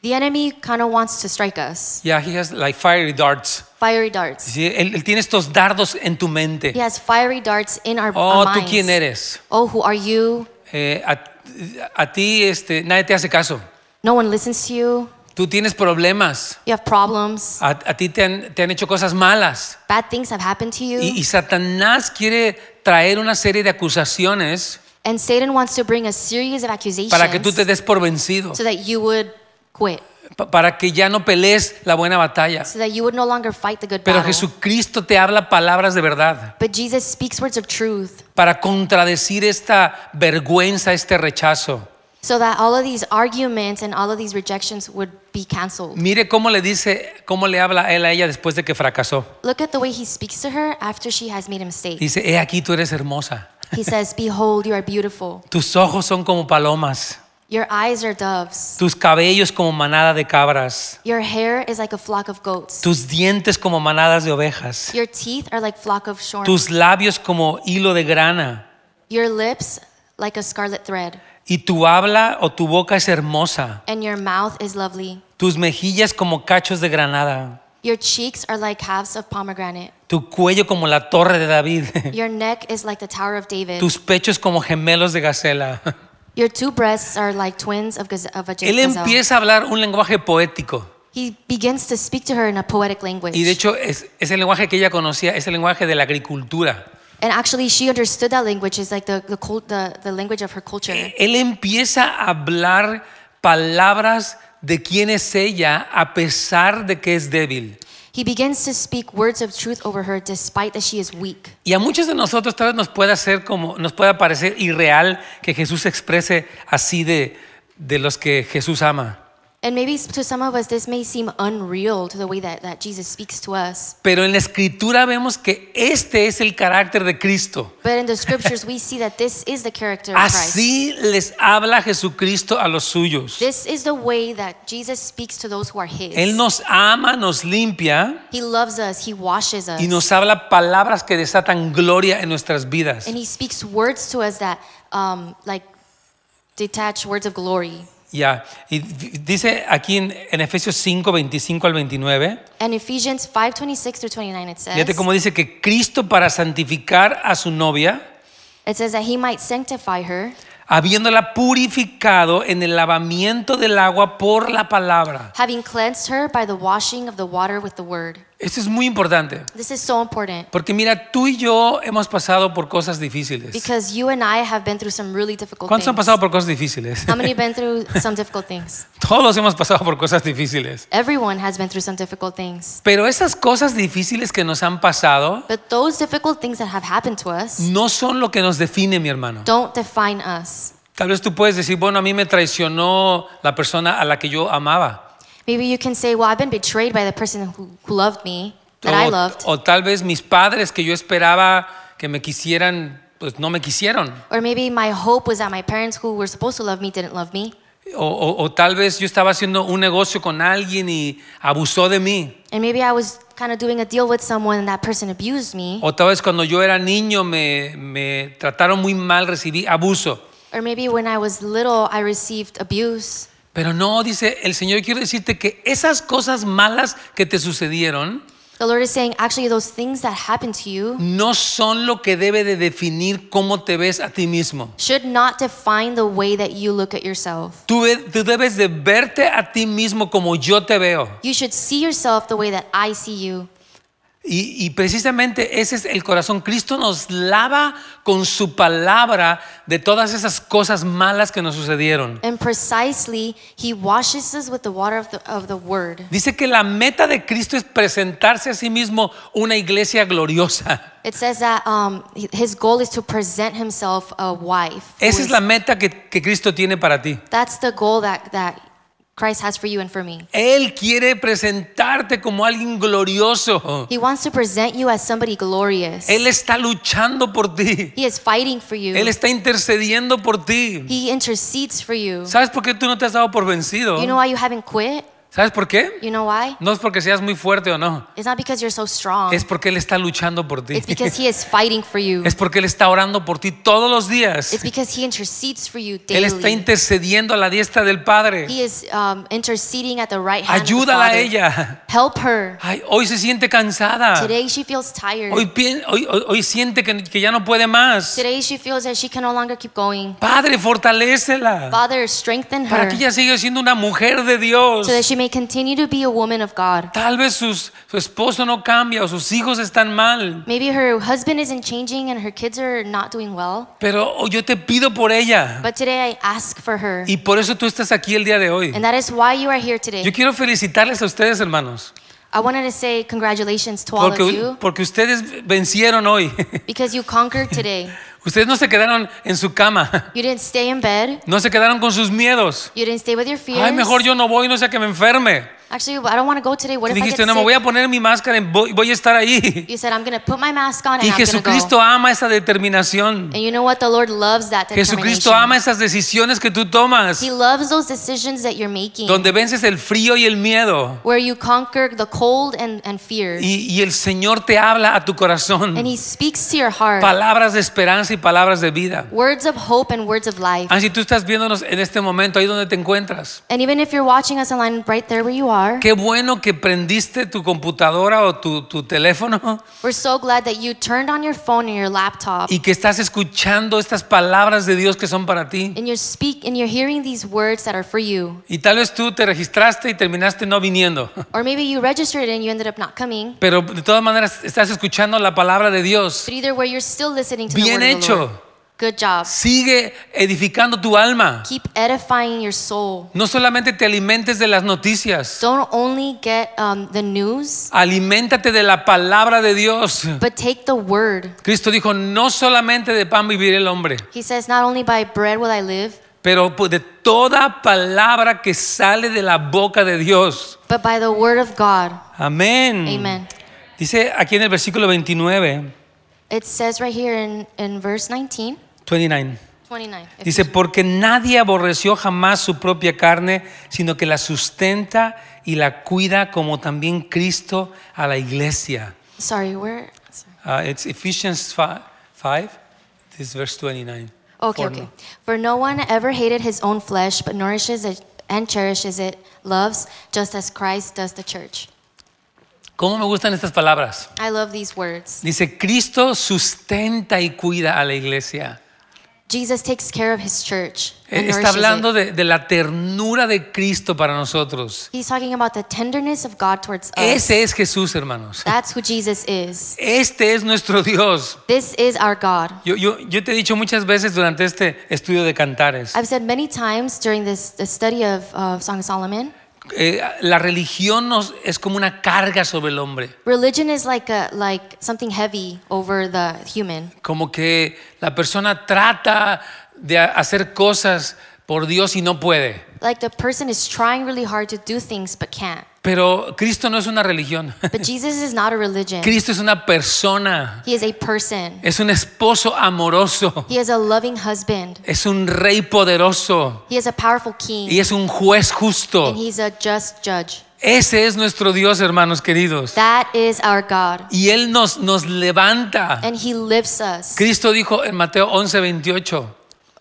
The enemy kind of wants to strike us
Ya, he has like fiery darts.
fiery darts.
Sí, él, él tiene estos dardos en tu mente.
He has fiery darts in our,
Oh,
our
¿tú
minds.
quién eres?
Oh, who are you?
Eh, a, a ti este, nadie te hace caso.
No one listens to you.
Tú tienes problemas.
You have problems.
A, a ti te han, te han hecho cosas malas.
Bad things have happened to you.
Ah. Y, y Satanás quiere traer una serie de acusaciones
And Satan wants to bring a series of accusations
para que tú te des por vencido.
so that you would quit,
pa- Para que ya no pelees la buena batalla.
so that you would no longer fight the good
Pero
battle.
Jesucristo te habla palabras de verdad
But Jesus speaks words of truth
para contradecir esta vergüenza, este rechazo.
so that all of these arguments and all of these rejections would be canceled.
Mire cómo le dice, cómo le habla él a ella después de que fracasó.
Look at the way he speaks to her after she has made a mistake.
Dice, he aquí tú eres hermosa.
He says, Behold, you are beautiful.
Tus ojos son como palomas,
Your eyes are doves.
tus cabellos como manada de cabras,
Your hair is like a flock of goats.
tus dientes como manadas de ovejas,
Your teeth are like flock of shorn.
tus labios como hilo de grana,
Your lips like a scarlet thread.
y tu habla o tu boca es hermosa,
And your mouth is lovely.
tus mejillas como cachos de granada,
Your cheeks are like halves of pomegranate.
tu cuello como la torre de David,
Your neck is like the Tower of David.
tus pechos como gemelos de gacela.
Your two breasts are like twins of, gaze- of a ga-
Él
gazelle.
empieza a hablar un lenguaje poético.
He begins to speak to her in a poetic language.
Y de hecho es, es el lenguaje que ella conocía, es el lenguaje de la agricultura.
and actually, she understood that language. It's like the, the, cul- the, the language of her culture.
Él empieza a hablar palabras de quién es ella a pesar de que es débil.
He begins to speak words of truth over her despite that she is weak.
Y a muchos de nosotros tal vez nos pueda ser como nos pueda parecer irreal que Jesús se exprese así de de los que Jesús ama.
And maybe s- to some of us, this may seem unreal to the way that, that Jesus speaks to us.
Pero en la escritura vemos que este es el carácter de Cristo.
But in the scriptures, we see that this is the character of Christ.
Así les habla Jesucristo a los suyos.
This is the way that Jesus speaks to those who are His.
Él nos ama, nos limpia
he loves us, He washes us.
y nos habla palabras que desatan gloria en nuestras vidas.
and He speaks words to us that, um, like, detach words of glory.
Ya, y d- dice aquí en, en Efesios 5, 25 al 29,
And Ephesians 5 26 through 29, it says,
fíjate cómo dice que Cristo para santificar a su novia,
It says that He might sanctify her,
habiéndola purificado en el lavamiento del agua por la palabra.
having cleansed her by the washing of the water with the word.
Esto es muy importante,
This is so important
porque mira, tú y yo hemos pasado por cosas difíciles.
because you and I have been through some really difficult
¿Cuántos han
things.
pasado por cosas difíciles?
How many have been through some difficult things?
Todos hemos pasado por cosas difíciles.
Everyone has been through some difficult things.
Pero esas cosas difíciles que nos han pasado
But those difficult things that have happened to us
no son lo que nos define, mi hermano.
don't define us.
Tal vez tú puedes decir, bueno, a mí me traicionó la persona a la que yo amaba.
Maybe you can say, Well, I've been betrayed by the person who, who loved me, that I loved.
o tal vez mis padres que yo esperaba que me quisieran, pues no me quisieron.
Or maybe my hope was that my parents who were supposed to love me didn't love me.
O, o- o tal vez yo estaba haciendo un negocio con alguien y abusó de mí.
And maybe I was kind of doing a deal with someone and that person abused me.
O tal vez cuando yo era niño me, me trataron muy mal, recibí abuso.
Or maybe when I was little, I received abuse.
Pero no, dice el Señor, quiero decirte que esas cosas malas que te sucedieron
The Lord is saying, actually, those things that happened to you
no son lo que debe de definir cómo te ves a ti mismo.
should not define the way that you look at yourself.
Tú, ve- tú debes de verte a ti mismo como yo te veo.
You should see yourself the way that I see you.
Y, y precisamente ese es el corazón. Cristo nos lava con su palabra de todas esas cosas malas que nos sucedieron.
And precisely, He washes us with the water of the, of the Word.
Dice que la meta de Cristo es presentarse a sí mismo una iglesia gloriosa.
It says that um, His goal is to present Himself a wife. who
Esa es
is-
la meta que, que Cristo tiene para ti.
That's the goal that, that Christ has for you and for me.
Él quiere presentarte como alguien glorioso.
He wants to present you as somebody glorious.
Él está luchando por ti.
He is fighting for you.
Él está intercediendo por ti.
He intercedes for you.
¿Sabes por qué tú no te has dado por vencido?
You know why you haven't quit?
¿Sabes por qué?
You know why?
No es porque seas muy fuerte o no.
It's not because you're so strong.
Es porque Él está luchando por ti.
It's because He is fighting for you.
Es porque Él está orando por ti todos los
It's
días.
because He intercedes for you
Él está
daily.
intercediendo a la diestra del Padre.
He is um, interceding at the right hand. of the
Ayúdala a
Father.
ella.
Help her.
Ay, hoy se siente cansada.
Today she feels tired.
Hoy, pien- hoy- hoy- hoy siente que, que ya no puede más.
Today she feels that she can no longer keep going.
Padre, fortalécela.
Father, strengthen
Para
her
que ella siga siendo una mujer de
so that
Dios.
she may continue to be a woman of God.
Tal vez sus- su esposo no cambia o sus hijos están mal,
Maybe her husband isn't changing and her kids are not doing well.
pero oh, yo te pido por ella.
But today I ask for her.
Y por eso tú estás aquí el día de hoy.
And that is why you are here today.
Yo quiero felicitarles a ustedes, hermanos,
I wanted to say congratulations to all of
porque,
you
porque ustedes vencieron hoy.
because you conquered today.
Ustedes no se quedaron en su cama,
You didn't stay in bed.
no se quedaron con sus miedos.
You didn't stay with your fears.
Ay, mejor yo no voy, no sea que me enferme.
Actually, I don't want to go today. What
Y
if I get
dijiste, no, me
sick?"
voy a poner mi máscara y voy, voy a estar ahí.
You said, I'm going to put my mask on and
Y
I'm going to
Jesucristo
go.
ama esa determinación.
And you know what? The Lord loves that
Jesucristo
determination.
ama esas decisiones que tú tomas,
He loves those decisions that you're making
donde vences el frío y el miedo.
where you conquer the cold and, and fear.
Y, y el Señor te habla a tu
And
corazón.
He speaks to your heart
Palabras de esperanza y palabras de vida.
words of hope and words of life.
Así tú estás viéndonos en este momento, ahí donde te encuentras.
And even if you're watching us online right there where you are,
Qué bueno que prendiste tu computadora o tu, tu teléfono
we're so glad that you turned on your phone and your laptop
y que estás escuchando estas palabras de Dios que son para ti.
and you're speak and you're hearing these words that are for you.
Y tal vez tú te registraste y terminaste no viniendo.
Or maybe you registered and you ended up not coming.
Pero de todas maneras estás escuchando la palabra de Dios.
But either way, you're still listening to
Bien
the word of the
hecho.
Lord. Good job.
Sigue edificando tu alma.
Keep edifying your soul.
No solamente te alimentes de las noticias,
Don't only get um, the news,
aliméntate de la palabra de Dios.
but take the word.
Cristo dijo, no solamente de pan vivirá el hombre,
He says, Not only by bread will I live,
pero pues, de toda palabra que sale de la boca de Dios.
but by the word of God.
Amén.
Amen.
Dice aquí en el versículo 29,
It says right here in, in verse 19,
29.
29. if
Dice, porque nadie aborreció jamás su propia carne, sino que la sustenta y la cuida como también Cristo a la iglesia.
you- Sorry, where? Sorry.
Uh, it's Ephesians 5, this is verse 29.
Okay,
For-
okay. For no one ever hated his own flesh, but nourishes it and cherishes it, loves, just as Christ does the church.
¿Cómo me gustan estas palabras?
I love these words.
Dice, Cristo sustenta y cuida a la iglesia.
Jesus takes care of his church.
Eh,
And
Está
nourishes
hablando
it.
de, de la ternura de Cristo para nosotros.
He's talking about the tenderness of God towards us.
Ese es Jesús, hermanos.
That's who Jesus is.
Este es nuestro Dios.
This is our God.
Yo, yo- yo te he dicho muchas veces durante este estudio de cantares,
I've said many times during this the study of uh, Song of Solomon,
eh, la religión nos, es como una carga sobre el hombre,
religion is like a like something heavy over the human.
como que la persona trata de ha- hacer cosas por Dios y no puede.
Like the person is trying really hard to do things but can't.
Pero Cristo no es una religión.
But Jesus is not a religion.
Cristo es una persona,
He is a person.
es un esposo amoroso,
He is a loving husband.
es un rey poderoso
He is a powerful
y
king.
es un juez
And
justo.
he's a just judge.
Ese es nuestro Dios, hermanos queridos.
That is our God.
Y Él nos, nos levanta.
And he lifts us.
Cristo dijo en Mateo 11, 28,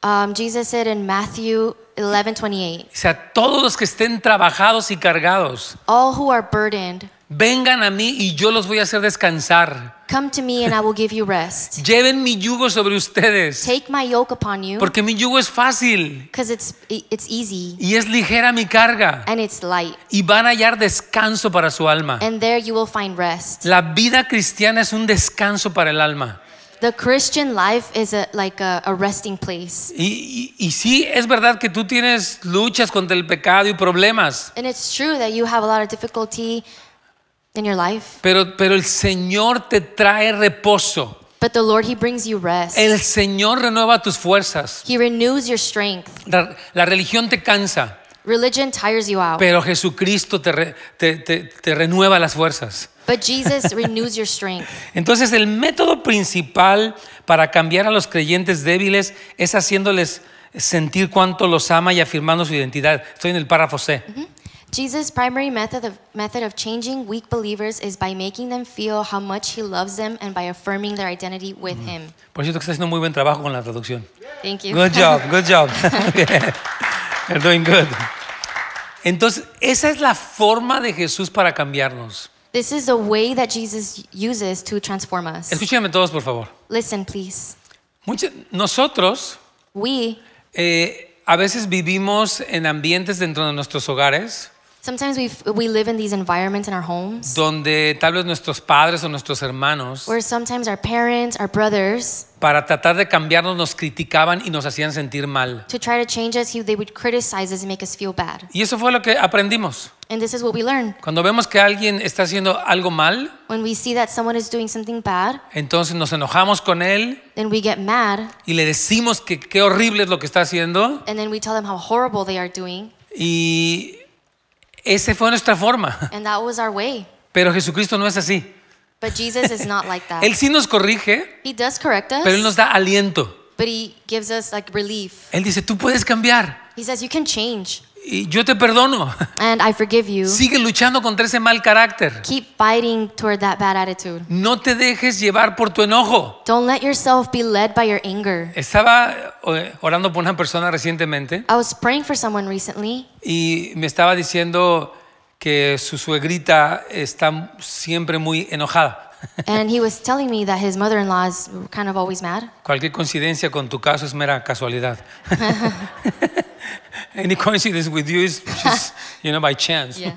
Um, Jesus said in Matthew 11 28,
dice, a todos los que estén trabajados y cargados,
All who are burdened,
vengan a mí y yo los voy a hacer descansar.
come to me and I will give you rest.
Lleven mi yugo sobre ustedes,
Take my yoke upon you
porque mi yugo es fácil
because it's, it's easy
y es ligera mi carga.
and it's light.
Y van a hallar descanso para su alma.
And there you will find rest.
La vida cristiana es un descanso para el alma.
The Christian life is a, like a, a resting place.
Y, y- y sí, es verdad que tú tienes luchas contra el pecado y problemas,
And it's true that you have a lot of difficulty in your life,
pero, pero el Señor te trae reposo.
but the Lord, He brings you rest.
El Señor renueva tus fuerzas.
He renews your strength.
La, la religión te cansa,
Religion tires you out,
pero Jesucristo te, re- te- te- te renueva las fuerzas.
but Jesus renews your strength.
Entonces el método principal para cambiar a los creyentes débiles es haciéndoles sentir cuánto los ama y afirmando su identidad. Estoy en el párrafo C.
Jesus' primary method of, method of changing weak believers is by making them feel how much He loves them and by affirming their identity with Him.
Por cierto que está haciendo muy buen trabajo con la traducción.
Thank you.
Good job, good job. Yeah. You're doing good. Entonces, esa es la forma de Jesús para cambiarnos.
This is a way that Jesus uses to transform us.
Escúchenme todos, por favor.
Listen, please.
Mucha- nosotros
We
eh, a veces vivimos en ambientes dentro de nuestros hogares
Sometimes we f- we live in these environments in our homes
donde tal vez nuestros padres o nuestros hermanos,
where sometimes our parents, our brothers,
para tratar de cambiarnos, nos criticaban y nos hacían sentir mal.
to try to change us, he, they would criticize us and make us feel bad.
Y eso fue lo que aprendimos.
And this is what we learn.
Cuando vemos que alguien está haciendo algo mal,
When we see that someone is doing something bad,
entonces nos enojamos con él
then we get mad
y le decimos que qué horrible es lo que está haciendo.
and then we tell them how horrible they are doing.
Y esa fue nuestra forma.
And that was our way.
Pero Jesucristo no es así.
But Jesus is not like that.
Él sí nos corrige,
He does correct us,
pero Él nos da aliento.
but he gives us like relief.
Él dice, tú puedes cambiar
He says, You can change,
y yo te perdono.
and I forgive you.
Sigue luchando contra ese mal carácter.
Keep fighting toward that bad attitude.
No te dejes llevar por tu enojo.
Don't let yourself be led by your anger.
Estaba eh, orando por una persona recientemente
I was praying for someone recently,
y me estaba diciendo que su suegrita está siempre muy enojada.
and he was telling me that his mother in law is kind of always mad.
Cualquier coincidencia con tu caso es mera casualidad. Any coincidence with you is just, you know, by chance.
Yeah.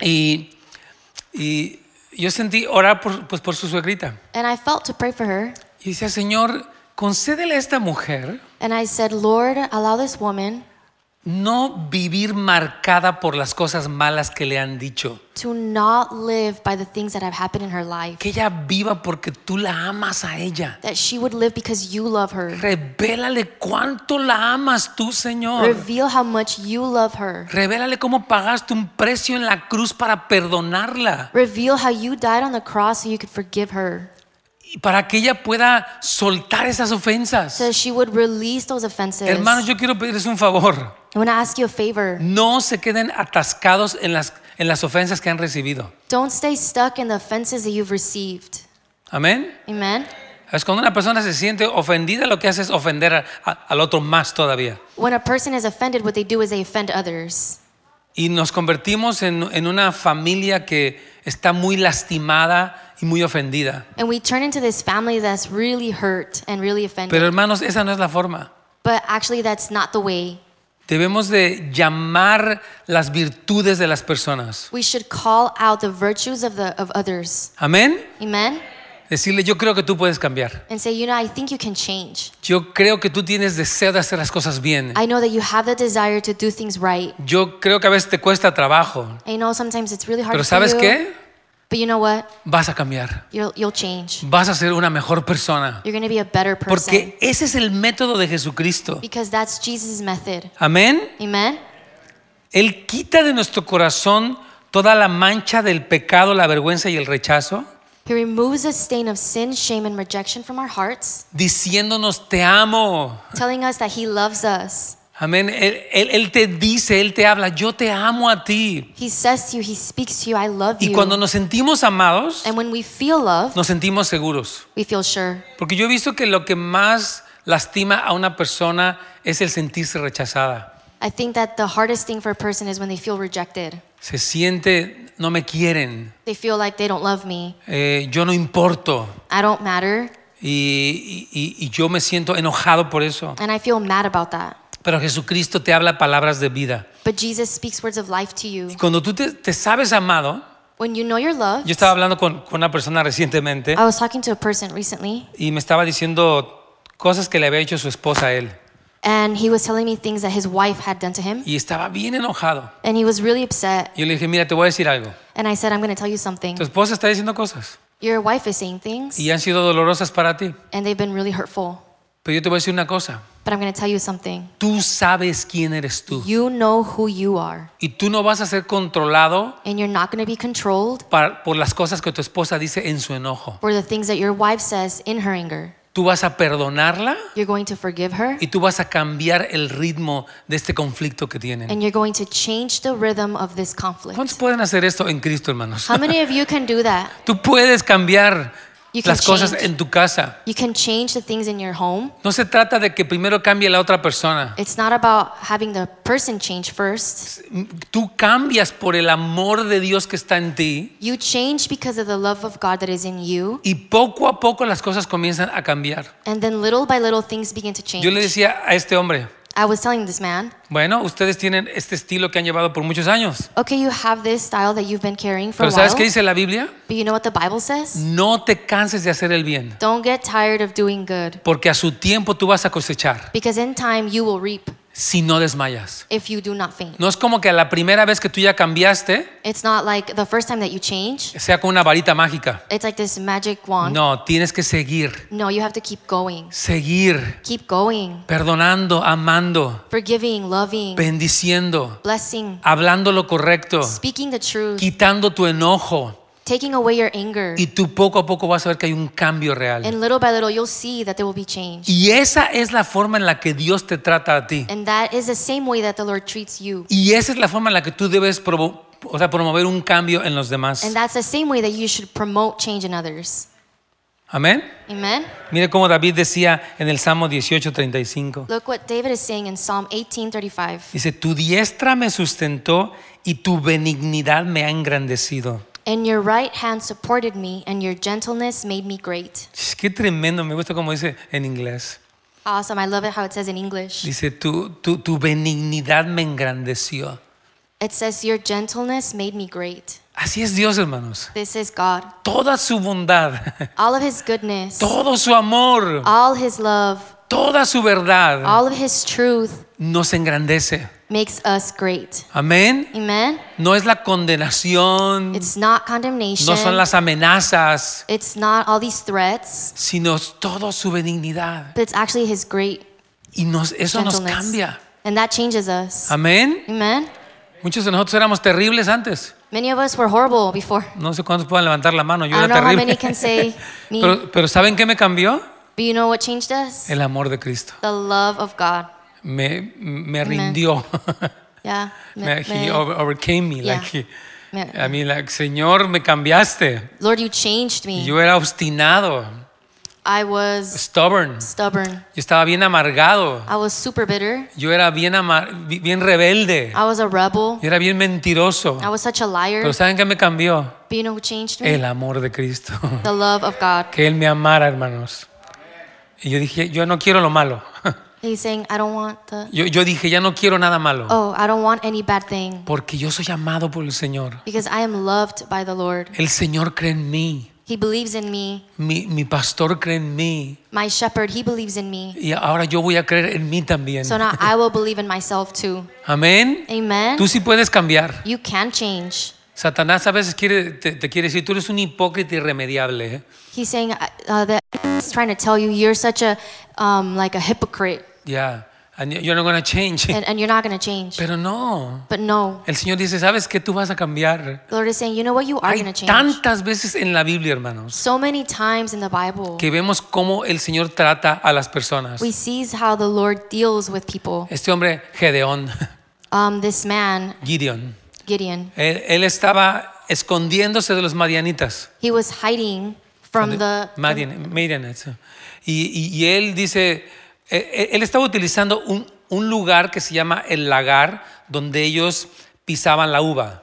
Y, y yo sentí orar por, pues, por su suegrita.
And I felt to pray for her,
Y decía, Señor, concédele a esta mujer
and I said, Lord, allow this woman
no vivir marcada por las cosas malas que le han dicho.
to not live by the things that have happened in her life,
Que ella viva porque tú la amas a ella.
that she would live because you love her.
Revélale cuánto la amas tú, Señor.
Reveal how much you love her.
Revélale cómo pagaste un precio en la cruz para perdonarla.
Reveal how you died on the cross so you could forgive her,
Y para que ella pueda soltar esas ofensas.
so she would release those offenses.
Hermanos, yo quiero pedirles un favor.
I want to ask you a favor.
No se queden atascados en las, en las ofensas que han recibido.
Don't stay stuck in the offenses that you've received.
Amén.
Amen.
Es cuando una persona se siente ofendida, lo que hace es ofender a- a- al otro más todavía.
When a person is offended, what they do is they offend others.
Y nos convertimos en, en una familia que está muy lastimada y muy ofendida.
And we turn into this family that's really hurt and really offended.
Pero hermanos, esa no es la forma.
but actually, that's not the way.
Debemos de llamar las virtudes de las personas.
We should call out the virtues of, the, of others.
Amén.
Amen.
Decirle, yo creo que tú puedes cambiar.
And say, you know, I think you can change.
Yo creo que tú tienes deseo de hacer las cosas bien.
I know that you have the desire to do things right.
Yo creo que a veces te cuesta trabajo.
I know sometimes it's really hard
Pero
for
¿sabes
you.
qué?
But you know what?
Vas a cambiar.
You'll, you'll change.
Vas a ser una mejor persona.
You're going to be a better person.
Porque ese es el método de Jesucristo.
because that's Jesus' method.
Amén.
Amen.
Él quita de nuestro corazón toda la mancha del pecado, la vergüenza y el rechazo,
He removes a stain of sin, shame, and rejection from our hearts,
diciéndonos te amo.
telling us that He loves us.
Amén. Él, él- Él te dice, Él te habla, yo te amo a ti.
He says to you, He speaks to you, I love
Y
you.
cuando nos sentimos amados,
and when we feel love,
nos sentimos seguros.
we feel sure.
Porque yo he visto que lo que más lastima a una persona es el sentirse rechazada.
I think that the hardest thing for a person is when they feel rejected.
Se siente, no me quieren,
They feel like they don't love me,
eh, yo no importo.
I don't matter,
Y, y- y yo me siento enojado por eso.
and I feel mad about that.
Pero Jesucristo te habla palabras de vida.
But Jesus speaks words of life to you.
Y cuando tú te, te sabes amado,
When you know your love,
yo estaba hablando con, con una persona recientemente
I was talking to a person recently,
y me estaba diciendo cosas que le había hecho su esposa a él.
and he was telling me things that his wife had done to him,
Y estaba bien enojado.
and he was really upset.
Yo le dije, mira, te voy a decir algo.
And I said, I'm going to tell you something.
Tu esposa está diciendo cosas
Your wife is saying things,
y han sido dolorosas para ti.
and they've been really hurtful.
Pero yo te voy a decir una cosa.
But I'm going to tell you something.
Tú sabes quién eres tú.
You know who you are,
Y tú no vas a ser controlado
and you're not going to be controlled
para- por las cosas que tu esposa dice en su enojo.
for the things that your wife says in her anger.
Tú vas a perdonarla
You're going to forgive her,
y tú vas a cambiar el ritmo de este conflicto que tienen.
and you're going to change the rhythm of this conflict.
¿Cuántos pueden hacer esto en Cristo, hermanos?
How many of you can do that?
Tú puedes cambiar
You can
las cosas
change.
en tu casa.
You can change the things in your home.
No se trata de que primero cambie la otra persona.
It's not about having the person change first.
Tú cambias por el amor de Dios que está en ti
You change because of the love of God that is in you,
y poco a poco las cosas comienzan a cambiar.
and then little by little things begin to change.
Yo le decía a este hombre,
I was telling this man,
Bueno, ustedes tienen este estilo que han llevado por muchos años.
okay, you have this style that you've been carrying for
Pero
a while.
¿sabes qué dice Mm. la Biblia?
But you know what the Bible says?
No te canses de hacer el bien,
Don't get tired of doing good,
porque a su tiempo tú vas a cosechar
because in time you will reap
si no desmayas.
if you do not faint.
No es como que a la primera vez que tú ya cambiaste
It's not like the first time that you change,
sea con una varita mágica.
it's like this magic wand.
No, tienes que seguir,
No, you have to keep going.
seguir
Keep going.
perdonando, amando,
Forgiving, loving,
bendiciendo,
blessing,
hablando lo correcto,
speaking the truth,
quitando tu enojo
taking away your anger.
y tú poco a poco vas a ver que hay un cambio real.
And little by little, you'll see that there will be change.
Y esa es la forma en la que Dios te trata a ti.
And that is the same way that the Lord treats you.
Y esa es la forma en la que tú debes provo- o sea, promover un cambio en los demás.
And that's the same way that you should promote change in others.
Amén.
Amen?
Mire cómo David decía en el Salmo 18:35.
Look what David is saying in Psalm 18:35.
Dice, tu diestra me sustentó y tu benignidad me ha engrandecido.
And your right hand supported me, and your gentleness made me great.
Ch, Qué tremendo, me gusta cómo dice en inglés.
Awesome. I love it how it says in English.
Dice, tu, tu, tu benignidad me engrandeció.
It says, Your gentleness made me great.
Así es Dios, hermanos.
This is God.
Toda su bondad,
All of his goodness,
todo su amor,
all his love,
toda su verdad
all of his truth
nos engrandece.
makes us great.
Amén.
Amen?
No es la condenación,
It's not condemnation.
Mm. no son las amenazas,
It's not all these threats,
sino es todo su benignidad.
but it's actually His great
Y nos, eso nos
gentleness.
cambia.
And that changes us.
Amén.
Amen.
Muchos de nosotros éramos terribles antes.
Many of us were horrible before.
No sé cuántos puedan levantar la mano, yo
I
era
don't know how
terrible.
many can say me.
Pero, pero ¿saben qué me cambió?
But you know what changed us?
El amor de Cristo.
The love of God.
Me, me rindió.
Yeah.
Me-
Me-
he over- eh, overcame me.
Yeah.
like he-
me-
a mí, like, Señor, me cambiaste.
Lord, you changed me.
Yo era obstinado,
I was
stubborn.
stubborn.
Yo estaba bien amargado.
I was super bitter.
Yo era bien, ama- bi- bien rebelde.
I was a rebel.
Yo era bien mentiroso.
I was such a liar.
Pero ¿saben qué me cambió?
But you know who changed me?
El amor de Cristo.
The love of God.
Que Él me amara, hermanos. Y yo dije, yo no quiero lo malo.
He's saying, I don't want the.
Yo, yo dije, ya no quiero nada malo.
Oh, I don't want any bad thing
Porque yo soy amado por el Señor.
because I am loved by the Lord.
El Señor cree en mí.
He believes in me.
Mi, mi pastor cree en mí.
My shepherd, he believes in me.
Y ahora yo voy a creer en mí también.
So now I will believe in myself too.
Amén.
Amen.
Tú sí puedes cambiar.
You can change.
Satanás a veces quiere, te, te quiere decir, tú eres un hipócrita irremediable. ¿eh?
He's saying uh, uh, that he's trying to tell you you're such a um, like a hypocrite
Ya, and you're not gonna change.
and, and you're not going to change.
Pero no.
But no,
El Señor dice, ¿sabes qué? Tú vas a cambiar.
the Lord is saying, you know what? You are
Hay
going to change.
tantas veces en la Biblia, hermanos,
So many times in the Bible,
que vemos cómo el Señor trata a las personas.
we sees how the Lord deals with people.
Este hombre, Gedeón,
Um, this man,
Gideon,
Gideon,
él, él estaba escondiéndose de los madianitas.
he was hiding from the.
Madian- Madianites. Y, y- y él dice, eh, eh, él estaba utilizando un, un lugar que se llama el lagar, donde ellos pisaban la uva,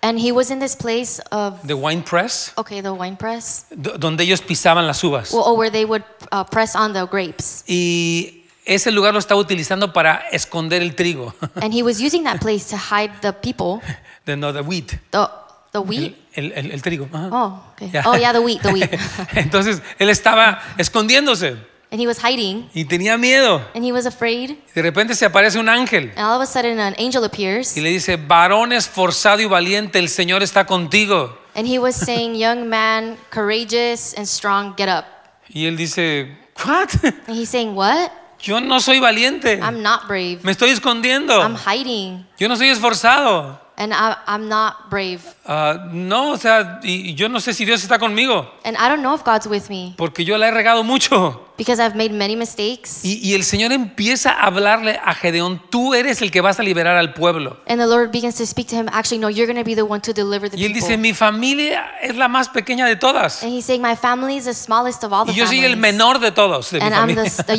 And he was in this place of,
the wine press,
okay, the wine press.
do- donde ellos pisaban las uvas.
Well, or where they would uh, press on the grapes.
Y ese lugar lo estaba utilizando para esconder el trigo,
And he was using that place to hide the people,
the, no, the wheat,
the, the wheat.
el, el- el- el trigo. ajá.
Oh, okay.
Ya.
Oh, yeah, the wheat, the wheat.
Entonces él estaba escondiéndose
and he was hiding
y tenía miedo.
and he was afraid.
De repente se aparece un ángel
And all of a sudden, an angel appears
y le dice, varón esforzado y valiente, el Señor está contigo.
and he was saying, Young man, courageous and strong, get up.
Y él dice, ¿what?
And he's saying, What?
Yo no soy valiente.
I'm not brave.
Me estoy escondiendo.
I'm hiding
Yo no soy esforzado.
and I, I'm not brave.
Ah, no, o sea, y y yo no sé si Dios está conmigo,
And I don't know if God's with me
porque yo la he regado mucho.
because I've made many mistakes.
Y, y el Señor empieza a hablarle a Gedeón, tú eres el que vas a liberar al pueblo.
And the Lord begins to speak to him, Actually, no, you're going to be the one to deliver the
Y él
people.
dice, mi familia es la más pequeña de todas.
And he's saying, My family is the smallest of all the
Y yo soy el
families.
menor de todos, de mi
And I'm
familia.
the, the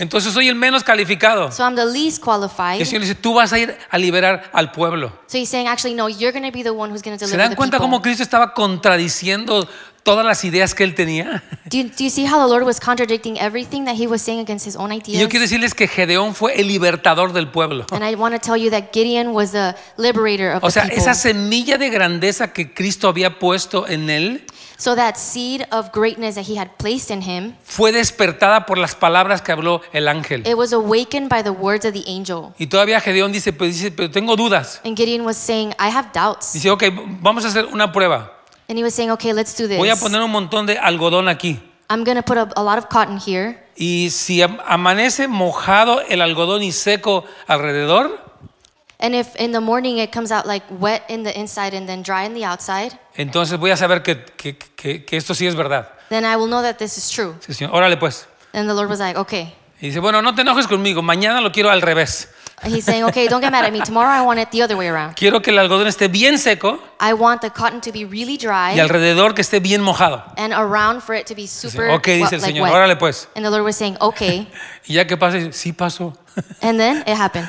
Entonces soy el menos calificado.
So I'm the least
Y
qualified.
el Señor dice, tú vas a ir a liberar al pueblo.
So he's saying, actually, no, you're going to be the one who's going to
¿Se
deliver
dan
the
cuenta
people.
cómo Cristo estaba contradiciendo todas las ideas que él tenía?
Do you, do you see how the Lord was contradicting everything that he was saying against his own
Y yo quiero
ideas?
decirles que Gedeón fue el libertador del pueblo.
And I want to tell you that Gideon was the liberator of
O sea,
the people.
esa semilla de grandeza que Cristo había puesto en él
So that seed of greatness that he had placed in him,
fue despertada por las palabras que habló el ángel.
it was awakened by the words of the angel.
Y todavía Gedeón dice, pero, dice, pero tengo dudas.
And Gideon was saying, I have doubts.
Dice, ok, vamos a hacer una prueba.
And he was saying, okay, let's do
Voy a
this.
poner un montón de algodón aquí.
I'm going to put a, a lot of cotton here.
Y si am- amanece mojado el algodón y seco alrededor,
And if in the morning it comes out like wet in the inside and then dry in the outside,
entonces voy a saber que, que- que- que esto sí es verdad.
then I will know that this is true.
Sí, señor. Órale pues.
And the Lord was like, okay.
Y dice, bueno, no te enojes conmigo, mañana lo quiero al revés.
He's saying, okay, don't get mad at me. Tomorrow I want it the other way around.
Quiero que el algodón esté bien seco
I want the cotton to be really dry
y alrededor que esté bien mojado.
and around for it to be super
Ok, dice
wet,
el
like
Señor,
wet.
órale pues.
And the Lord was saying, okay.
Y ya que pasa, dice, sí pasó.
And then it happened.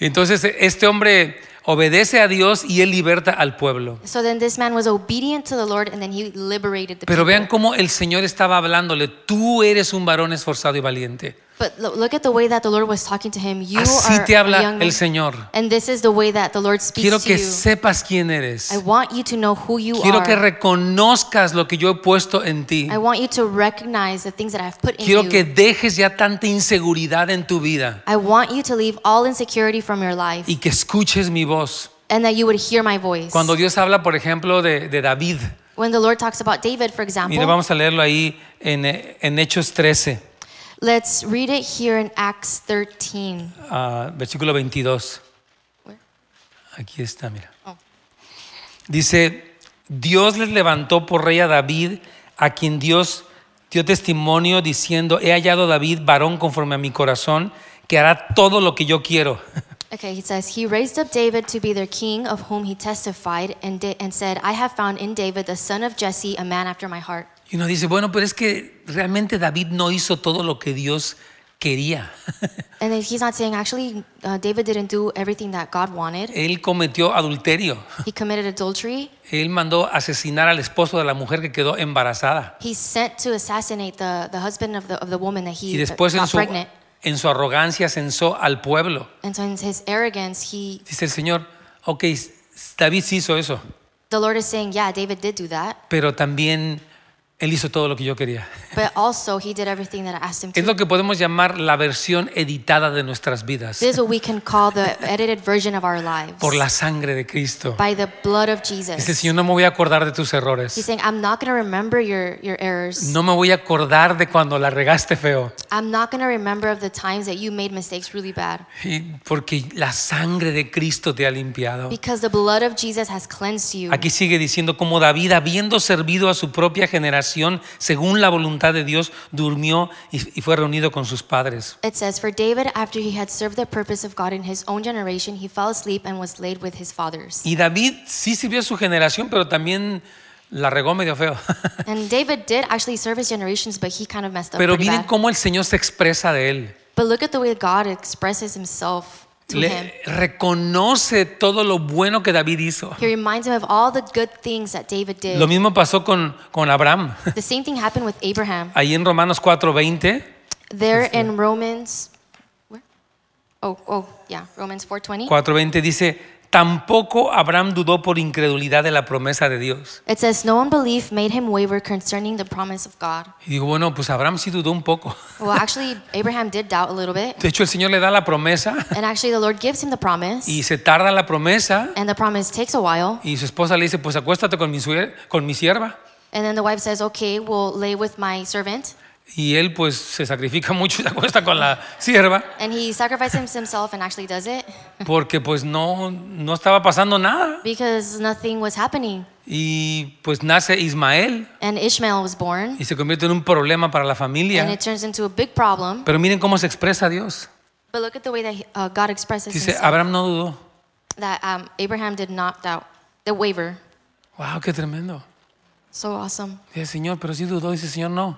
Entonces este hombre obedece a Dios y él liberta al pueblo.
So then this man was obedient to the Lord and then he liberated the
Pero vean
people.
cómo el Señor estaba hablándole, tú eres un varón esforzado y valiente.
But lo- look at the way that the Lord was talking to him. You
Así
are
te
a
habla
young man.
el Señor.
And this is the way that the Lord speaks
Quiero
to
que
you.
sepas quién
I
eres.
want you to know who you
Quiero
are.
que reconozcas lo que yo he puesto en ti.
I want you to recognize the things that I've put in
Quiero
you.
que dejes ya tanta inseguridad en tu vida
I want you to leave all insecurity from your life
y que escuches mi voz.
and that you would hear my voice.
Cuando Dios habla, por ejemplo, de, de David,
when the Lord talks about David, for
mira,
example,
vamos a leerlo ahí en, eh, en Hechos 13,
let's read it here in Acts 13.
ah, versículo 22. Aquí está, mira.
Oh.
Dice, Dios les levantó por rey a David, a quien Dios dio testimonio diciendo, he hallado a David varón conforme a mi corazón, que hará todo lo que yo quiero.
Okay, he says, He raised up David to be their king, of whom he testified and, da- and said, I have found in David the son of Jesse, a man after my heart.
Y uno dice, bueno, pero es que realmente David no hizo todo lo que Dios quería.
And then he's not saying, actually, uh, David didn't do everything that God wanted.
Él cometió adulterio.
He committed adultery.
Él mandó asesinar al esposo de la mujer que quedó embarazada.
He's sent to assassinate the, the husband of the, of the woman that he
Y después en
got
su,
pregnant.
en su arrogancia censó al pueblo.
And so in his arrogance, he
Dice el Señor, ok, David sí hizo eso.
the Lord is saying, yeah, David did do that,
pero también él hizo todo lo que yo quería.
but also he did everything that I asked him
Es lo
to.
que podemos llamar la versión editada de nuestras vidas
This is what we can call the edited version of our lives
por la sangre de Cristo.
by the blood of
Dice,
Jesus.
Señor, no me voy a acordar de tus
He's
errores.
saying, I'm not going to remember your, your errors.
No me voy a acordar de cuando la regaste feo.
I'm not going to remember of the times that you made mistakes really bad
Y porque la sangre de Cristo te ha limpiado.
because the blood of Jesus has cleansed you.
Aquí sigue diciendo como David, habiendo servido a su propia generación, según la voluntad de Dios, durmió y y fue reunido con sus padres.
It says, For David, after he had served the purpose of God in his own generation, he fell asleep and was laid with his fathers.
Y David sí sirvió a su generación, pero también la regó medio feo.
And David did actually serve his generations, but he kind of messed up
Pero
pretty
miren
bad.
cómo el Señor se expresa de él.
But look at the way God expresses himself to him.
Le reconoce todo lo bueno que David hizo.
He reminds him of all the good things that David did.
Lo mismo pasó con, con Abraham.
The same thing happened with Abraham.
Ahí en Romanos 4:20,
There in Romans where? Oh, oh, yeah, Romans 4:20.
4:20 dice, tampoco Abraham dudó por incredulidad de la promesa de Dios.
It says no unbelief made him waver concerning the promise of God.
Y digo, bueno, pues Abraham sí dudó un poco.
Well, actually Abraham did doubt a little bit.
De hecho, el Señor le da la promesa
And actually the Lord gives him the promise,
y se tarda la promesa.
and the promise takes a while.
Y su esposa le dice, pues acuéstate con mi, suer- con mi sierva.
And then the wife says, "Okay, we'll lay with my servant."
Y él pues se sacrifica mucho y se acuesta con la sierva.
And he sacrifices himself and actually does it
porque pues no, no estaba pasando nada.
because nothing was happening.
Y pues nace Ismael
And Ishmael was born.
y se convierte en un problema para la
And
familia.
it turns into a big problem.
Pero miren cómo se expresa Dios.
But look at the way that he- uh, God expresses
Dice,
himself,
Abraham no dudó.
that um, Abraham did not doubt the waiver.
¡Wow, qué tremendo!
So awesome.
Dice, Señor, pero sí dudó. Dice, Señor, no.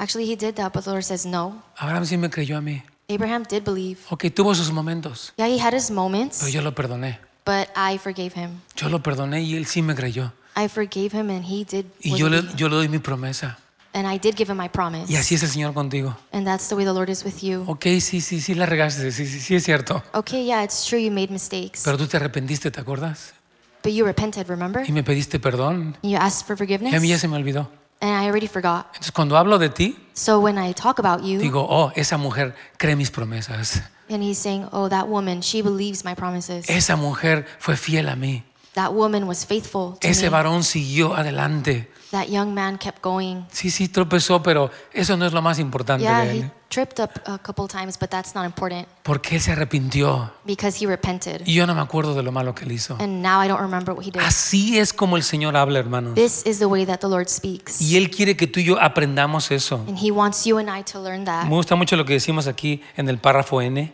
Actually, he did that, but the Lord says no.
Abraham sí me creyó a mí.
Abraham did believe.
Ok, tuvo sus momentos,
Yeah, he had his
pero
moments,
yo lo perdoné.
but I forgave him.
Yo lo perdoné y él sí me creyó.
I forgave him and he did.
Y
was
yo le,
obedient.
yo le doy mi promesa.
and I did give him my promise.
Y así es el Señor contigo.
And that's the way the Lord is with you.
Ok, sí, sí, sí, la regaste, sí, sí, sí es cierto.
Okay, yeah, it's true you made mistakes.
Oh. Pero tú te arrepentiste, ¿te acuerdas?
but you repented, remember?
Y me pediste perdón.
You asked for forgiveness.
Y a mí ya se me olvidó.
and I already forgot.
Entonces, cuando hablo de ti,
So when I talk about you,
digo, oh, esa mujer cree mis promesas.
and he's saying, Oh, that woman, she believes my promises.
Esa mujer fue fiel a mí.
that woman was faithful to
Ese
me.
varón siguió adelante.
that young man kept going.
Sí, sí, tropezó, pero eso no es lo más importante
Yeah,
de
he
él.
tripped up a couple times, but that's not important
Porque él se arrepintió.
because he repented.
Y yo no me acuerdo de lo malo que él hizo.
And now I don't remember what he did.
Así es como el Señor habla, hermanos.
This is the way that the Lord speaks.
Y Él quiere que tú y yo aprendamos eso.
And he wants you and I to learn
Me
that.
gusta mucho lo que decimos aquí en el párrafo N.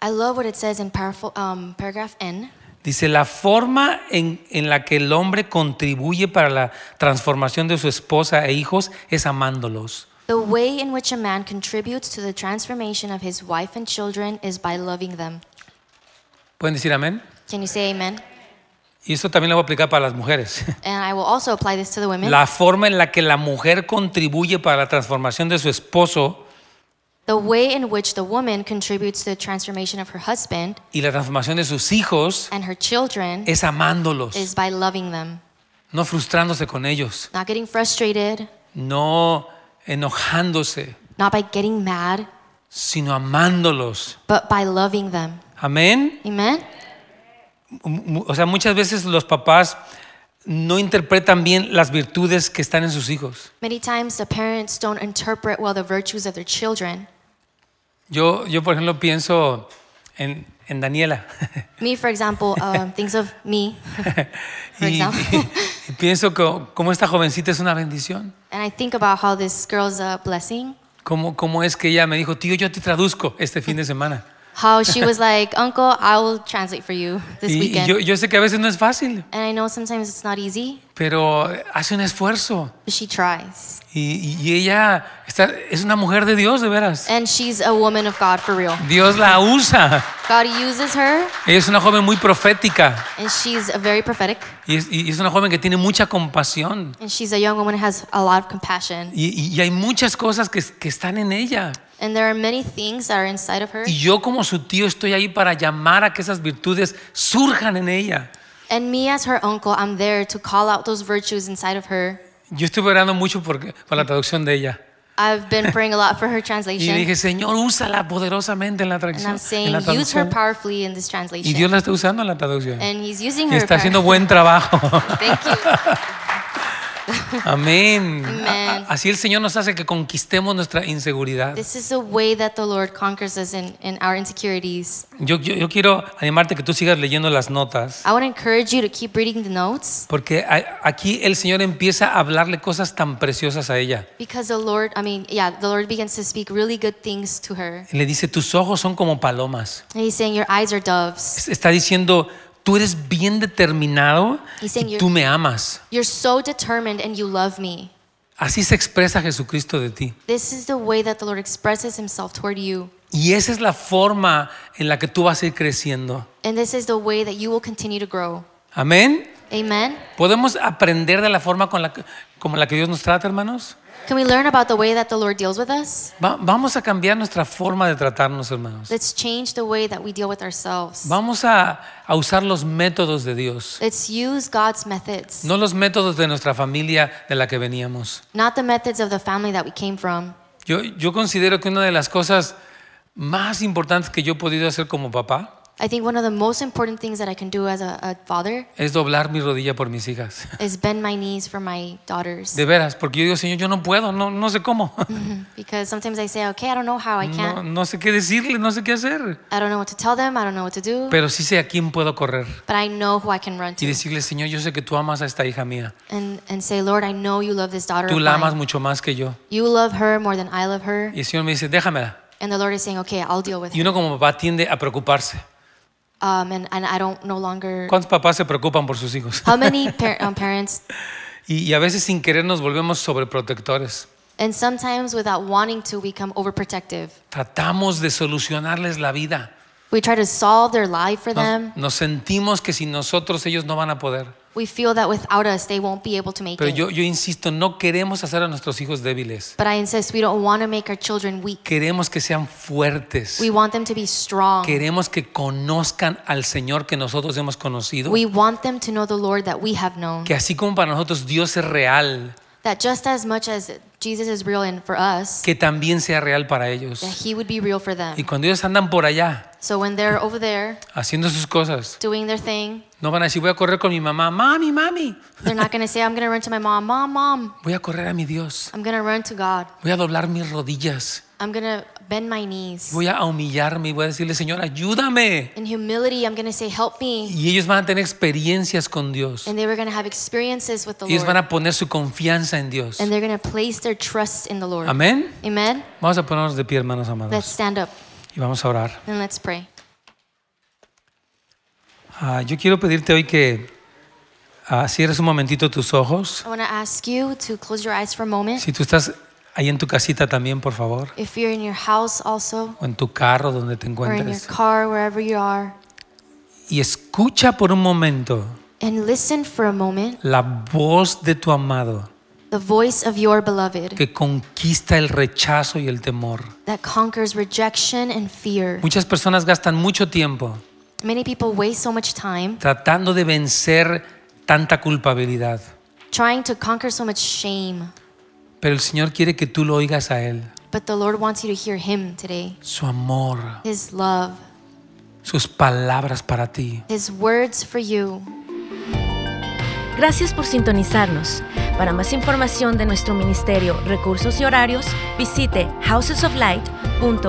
I love what it says in paraph- um, paragraph N.
Dice, la forma en, en la que el hombre contribuye para la transformación de su esposa e hijos es amándolos.
The way in which a man contributes to the transformation of his wife and children is by loving them.
¿Pueden decir amén?
Can you say amen?
Y eso también lo voy a aplicar para las mujeres.
And I will also apply this to the women.
La forma en la que la mujer contribuye para la transformación de su esposo
the way in which the woman contributes to the transformation of her husband
y la transformación de sus hijos
and her children
es amándolos,
is by loving them,
no frustrándose con ellos,
not getting frustrated,
no enojándose,
not by getting mad,
sino amándolos.
but by loving them.
Amén.
Amen?
mu- mu- o sea, muchas veces los papás no interpretan bien las virtudes que están en sus hijos.
Many times the parents don't interpret well the virtues of their children.
Yo, yo por ejemplo, pienso en, en Daniela.
Me, for example, um, thinks of me,
y,
For example.
y pienso que, cómo esta jovencita es una bendición.
and I think about how this girl's a blessing.
Cómo, cómo es que ella me dijo, tío, yo te traduzco este fin de semana.
How she was like, Uncle, I will translate for you this
Y, y
weekend.
yo, yo sé que a veces no es fácil,
and I know sometimes it's not easy,
pero hace un esfuerzo.
but she tries.
Y, y ella está, es una mujer de Dios, de veras.
And she's a woman of God for real.
Dios la usa.
God uses her,
Ella es una joven muy profética.
and she's a very prophetic.
Y es, y es una joven que tiene mucha compasión.
And she's a young woman who has a lot of compassion.
Y, y- y hay muchas cosas que, que están en ella.
And there are many things that are inside of her.
Y yo como su tío estoy ahí para llamar a que esas virtudes surjan en ella.
And me, as her uncle, I'm there to call out those virtues inside of her.
Yo estuve orando mucho por, por la traducción de ella.
I've been praying a lot for her
Y
translation.
dije, Señor, úsala poderosamente en la,
And
traducción,
I'm
en
saying,
la
use her
traducción.
powerfully in this
Y Dios
translation.
la está usando en la traducción.
And he's using
Y
her.
está haciendo
power.
buen trabajo.
Thank you.
Amén. A- a-
Amén.
así el Señor nos hace que conquistemos nuestra inseguridad.
This is the way that the Lord conquers us in, in our insecurities.
Yo, yo, yo quiero animarte a que tú sigas leyendo las notas.
I want to encourage you to keep reading the notes
Porque a- aquí el Señor empieza a hablarle cosas tan preciosas a ella.
because the Lord, I mean, yeah, the Lord begins to speak really good things to her.
Le dice, tus ojos son como palomas.
And He's saying, Your eyes are doves.
Es- Está diciendo, tú eres bien determinado
Y Señor-
y tú me amas.
You're so determined and you love me.
Así se expresa Jesucristo de ti.
This is the way that the Lord expresses Himself toward you.
Y esa es la forma en la que tú vas a ir creciendo.
And this is the way that you will continue to grow.
Amén.
Amen.
¿Podemos aprender de la forma con la que, como la que Dios nos trata, hermanos?
Can we learn about the way that the Lord deals with us?
Va- vamos a cambiar nuestra forma de tratarnos, hermanos.
Let's change the way that we deal with ourselves.
Vamos a, a usar los métodos de Dios.
Let's use God's methods,
No los métodos de nuestra familia de la que veníamos.
not the methods of the family that we came from.
Yo, yo considero que una de las cosas más importantes que yo he podido hacer como papá
I think one of the most important things that I can do as a, a father
es doblar mi rodilla por mis hijas.
is bend my knees for my daughters.
De veras, porque yo digo, Señor, yo no puedo, no, no sé cómo.
Because sometimes I say, okay, I don't know how, I
No,
can't.
no sé qué decirle, no sé qué hacer.
I don't know what to tell them, I don't know what to do.
Pero sí sé a quién puedo correr
But I know who I can
y
run to.
decirle, Señor, yo sé que tú amas a esta hija mía.
And, and say, Lord, I know you love this daughter.
Tú
of
la
mine.
amas mucho más que yo.
You love her more than I love her.
Y el Señor me dice, déjamela.
And the Lord is saying, okay, I'll deal with
Y
her.
uno como papá tiende a preocuparse.
Um, and, and I don't no longer.
¿Cuántos papás se preocupan por sus hijos?
How many par- um, parents,
Y, y a veces sin querer nos volvemos sobreprotectores.
and sometimes without wanting to, we become overprotective.
Tratamos de solucionarles la vida.
We try to solve their life for
Nos,
them.
nos sentimos que sin nosotros ellos no van a poder.
we feel that without us, they won't be able to make
Pero
it.
yo, yo insisto, no queremos hacer a nuestros hijos débiles.
but I insist we don't want to make our children weak.
Queremos que sean fuertes.
We want them to be strong.
Queremos que conozcan al Señor que nosotros hemos conocido.
We want them to know the Lord that we have known.
Que así como para nosotros Dios es real,
That just as much as Jesus is real and for us,
que también sea real para
that
ellos.
he would be real for them.
Y cuando ellos andan por allá
So when they're over there
haciendo sus cosas,
doing their thing,
no van a decir voy a correr con mi mamá, mami, mami.
they're not going to say, I'm going to run to my mom, mom, mom.
Voy a correr a mi Dios.
I'm going to run to God.
Voy a doblar mis rodillas.
I'm going to bend my knees.
Voy a humillarme y voy a decirle, Señor, ayúdame.
In humility, I'm going to say, Help me.
Y ellos van a tener experiencias con Dios.
And they were going to have experiences with the
Ellos van
Lord.
a poner su confianza en Dios.
And they're going to place their trust in the Lord.
Amén.
Amen?
Vamos a ponernos de pie, hermanos
Let's
amados.
stand up
Y vamos a orar.
and let's pray.
Ah, yo quiero pedirte hoy que ah, cierres un momentito tus ojos.
I want to ask you to close your eyes for a moment.
Si tú estás ahí en tu casita también, por favor.
If you're in your house also,
O en tu carro, donde te
or in your
encuentres.
car, wherever you are,
Y escucha por un momento
and listen for a moment
la voz de tu amado
the voice of your beloved
que conquista el rechazo y el temor.
that conquers rejection and fear.
Muchas personas gastan mucho tiempo
Many people waste so much time
tratando de vencer tanta culpabilidad.
trying to conquer so much shame,
Pero el Señor quiere que tú lo oigas a Él.
but the Lord wants you to hear Him today.
Su amor,
His love,
sus palabras para ti.
His words for you.
Gracias por sintonizarnos. Para más información de nuestro ministerio, recursos y horarios, visite housesoflight.org.